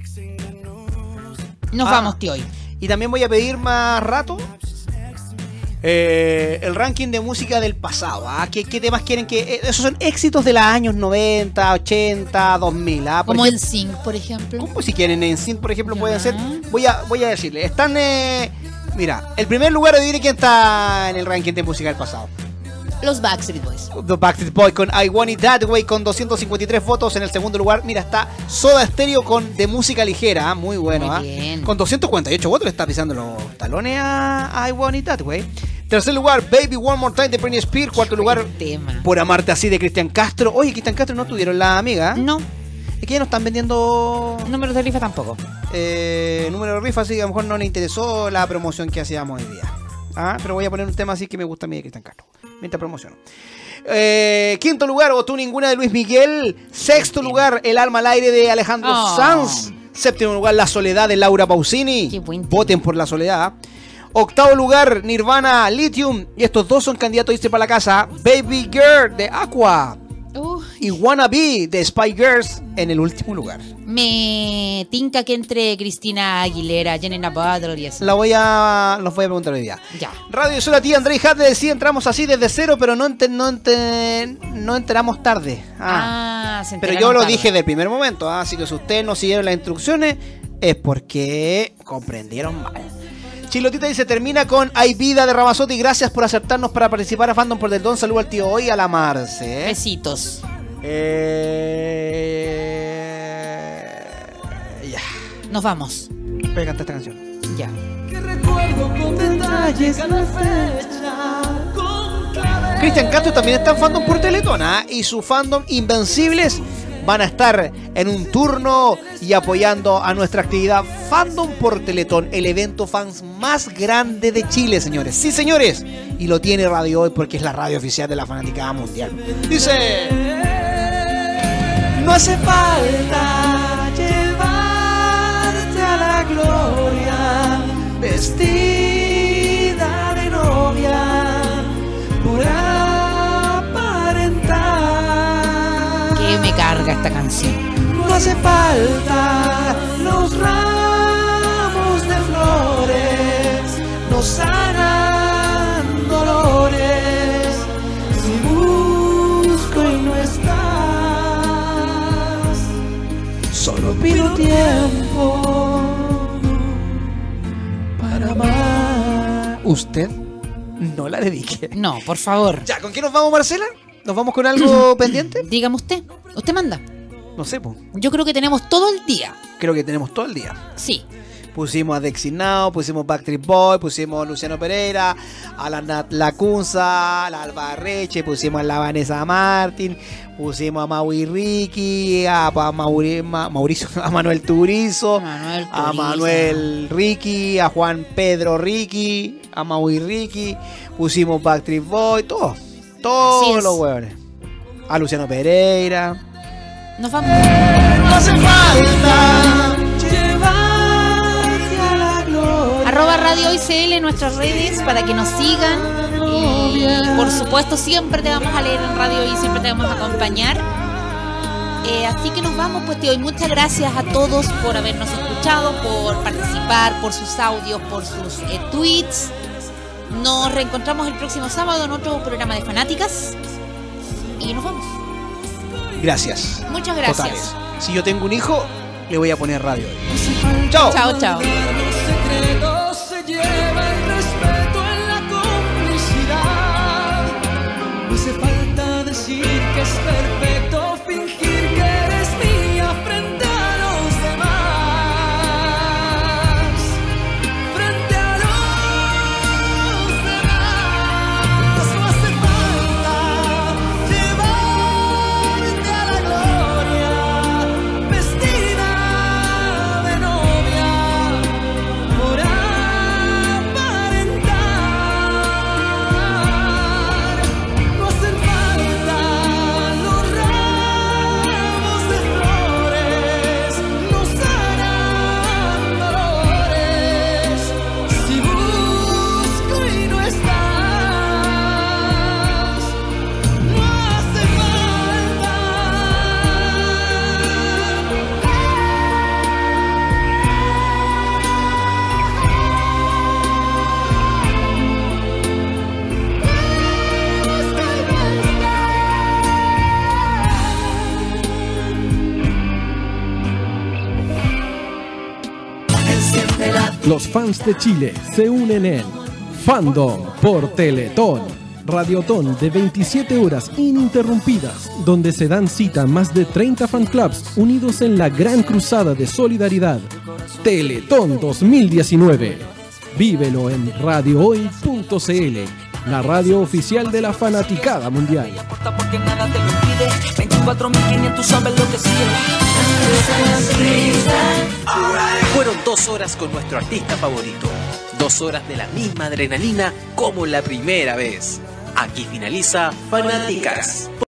Nos
Ah.
vamos, tío.
Y también voy a pedir más rato eh, el ranking de música del pasado. ¿ah? ¿Qué, qué temas quieren que.? eh, esos son éxitos de los años 90, 80, 2000. ¿ah? Por
Como en
ejemplo,
Sync, por ejemplo.
pues si quieren en Synth, por ejemplo, pueden ser. Voy a, voy a decirle. Están. eh, mira, el primer lugar, adivine quién está en el ranking de música del pasado.
Los Backstreet Boys.
The Backstreet Boy con I Want It That Way con 253 votos. En el segundo lugar, mira, está Soda Stereo con de música ligera. ah, Muy bueno,
Muy
ah.
bien.
Con 248 votos le está pisando los talones a I Want It That Way. Tercer lugar, Baby One More Time de Britney Spears. Cuarto lugar,
Tema.
Por Amarte Así de Cristian Castro. Oye, Cristian Castro no tuvieron la amiga.
No.
Es que ya no están vendiendo
Números de rifa tampoco.
eh, número de rifa, así que a lo mejor no le interesó la promoción que hacíamos hoy día. Ah, Pero voy a poner un tema así que me gusta a mí de Cristian Castro. Mientras promociono. Eh, quinto lugar, votó ninguna de Luis Miguel. Sexto lugar, El alma al aire de Alejandro
Oh.
Sanz. Séptimo lugar, La soledad de Laura Pausini. Voten por La soledad. Octavo lugar, Nirvana Lithium. Y estos dos son candidatos, dice, para la casa. Baby Girl de Aqua.
Uh,
Y Wanna Be de Spy Girls en el último lugar.
Me tinca que entre Cristina Aguilera, Jenna Butler y eso.
La voy a, los voy a preguntar hoy día.
Ya.
Radio Sola Tía Andrés Jade decía entramos así desde cero, pero no, ente- no, ente- no enteramos tarde. Ah,
Ah, se
pero yo
enteraron
lo
tarde.
dije del primer momento, ah, así que si ustedes no siguieron las instrucciones es porque comprendieron mal. Chilotita dice, termina con Hay vida de Ramazotti, gracias por aceptarnos para participar a Fandom por del Don. Saludo al tío hoy y a la Marce. Eh,
Besitos. Nos vamos.
Voy a cantar esta canción.
Ya.
Recuerdo con detalles la fecha, con clave.
Cristian Castro también está en fandom por Teletona y su fandom Invencibles van a estar en un turno y apoyando a nuestra actividad Fandom por Teletón, el evento fans más grande de Chile, señores. Sí, señores. Y lo tiene Radio Hoy porque es la radio oficial de la fanaticada mundial. Dice...
No hace falta llevarte a la gloria, vestida de novia, por aparentar.
Que me carga esta canción.
No hace falta los ramos de flores, no sanan dolores. Si busco y no estás, solo pido tiempo para amar.
Usted no la dedique.
No, por favor.
Ya, ¿con qué nos vamos, Marcela? ¿Nos vamos con algo pendiente?
Dígame usted. Usted manda.
No sé, po.
Yo creo que tenemos todo el día.
creo que tenemos todo el día.
Sí.
Pusimos a Dexy Now, pusimos Backstreet Boy, pusimos a Luciano Pereira, a la Nat Lacunza, a la Alba Reche, pusimos a la Vanessa Martín, pusimos a Maui Ricky, a, pa- Mauri- Ma- Mauricio, a Manuel Turizo, a Manuel Ricky, a Juan Pedro Ricky, a Maui Ricky, pusimos Backstreet Boy, todo,
Así
todos
es.
los huevones. A Luciano Pereira.
Nos vamos.
No hace falta llevarte a la gloria.
Arroba Radio ICL en nuestras redes para que nos sigan. Y por supuesto, siempre te vamos a leer en radio y siempre te vamos a acompañar. Eh, así que nos vamos, pues te doy muchas gracias a todos por habernos escuchado, por participar, por sus audios, por sus eh, tweets. Nos reencontramos el próximo sábado en otro programa de fanáticas. Y nos vamos.
Gracias.
Muchas gracias.
Totales. Si yo tengo un hijo, le voy a poner radio.
Chao.
Chao, chao.
Los secretos se lleva el respeto en la complicidad. No hace falta decir que es perfecto, fingir que eres mía frente a los demás.
Los fans de Chile se unen en Fandom por Teletón. Radiotón de 27 horas ininterrumpidas, donde se dan cita más de 30 fanclubs unidos en la gran cruzada de solidaridad. Teletón 2019. Vívelo en radiohoy.cl, la radio oficial de la fanaticada mundial.
porque nada te lo impide. 24.500 sabes lo que sigue.
Fueron dos horas con nuestro artista favorito. Dos horas de la misma adrenalina como la primera vez. Aquí finaliza Fanáticas.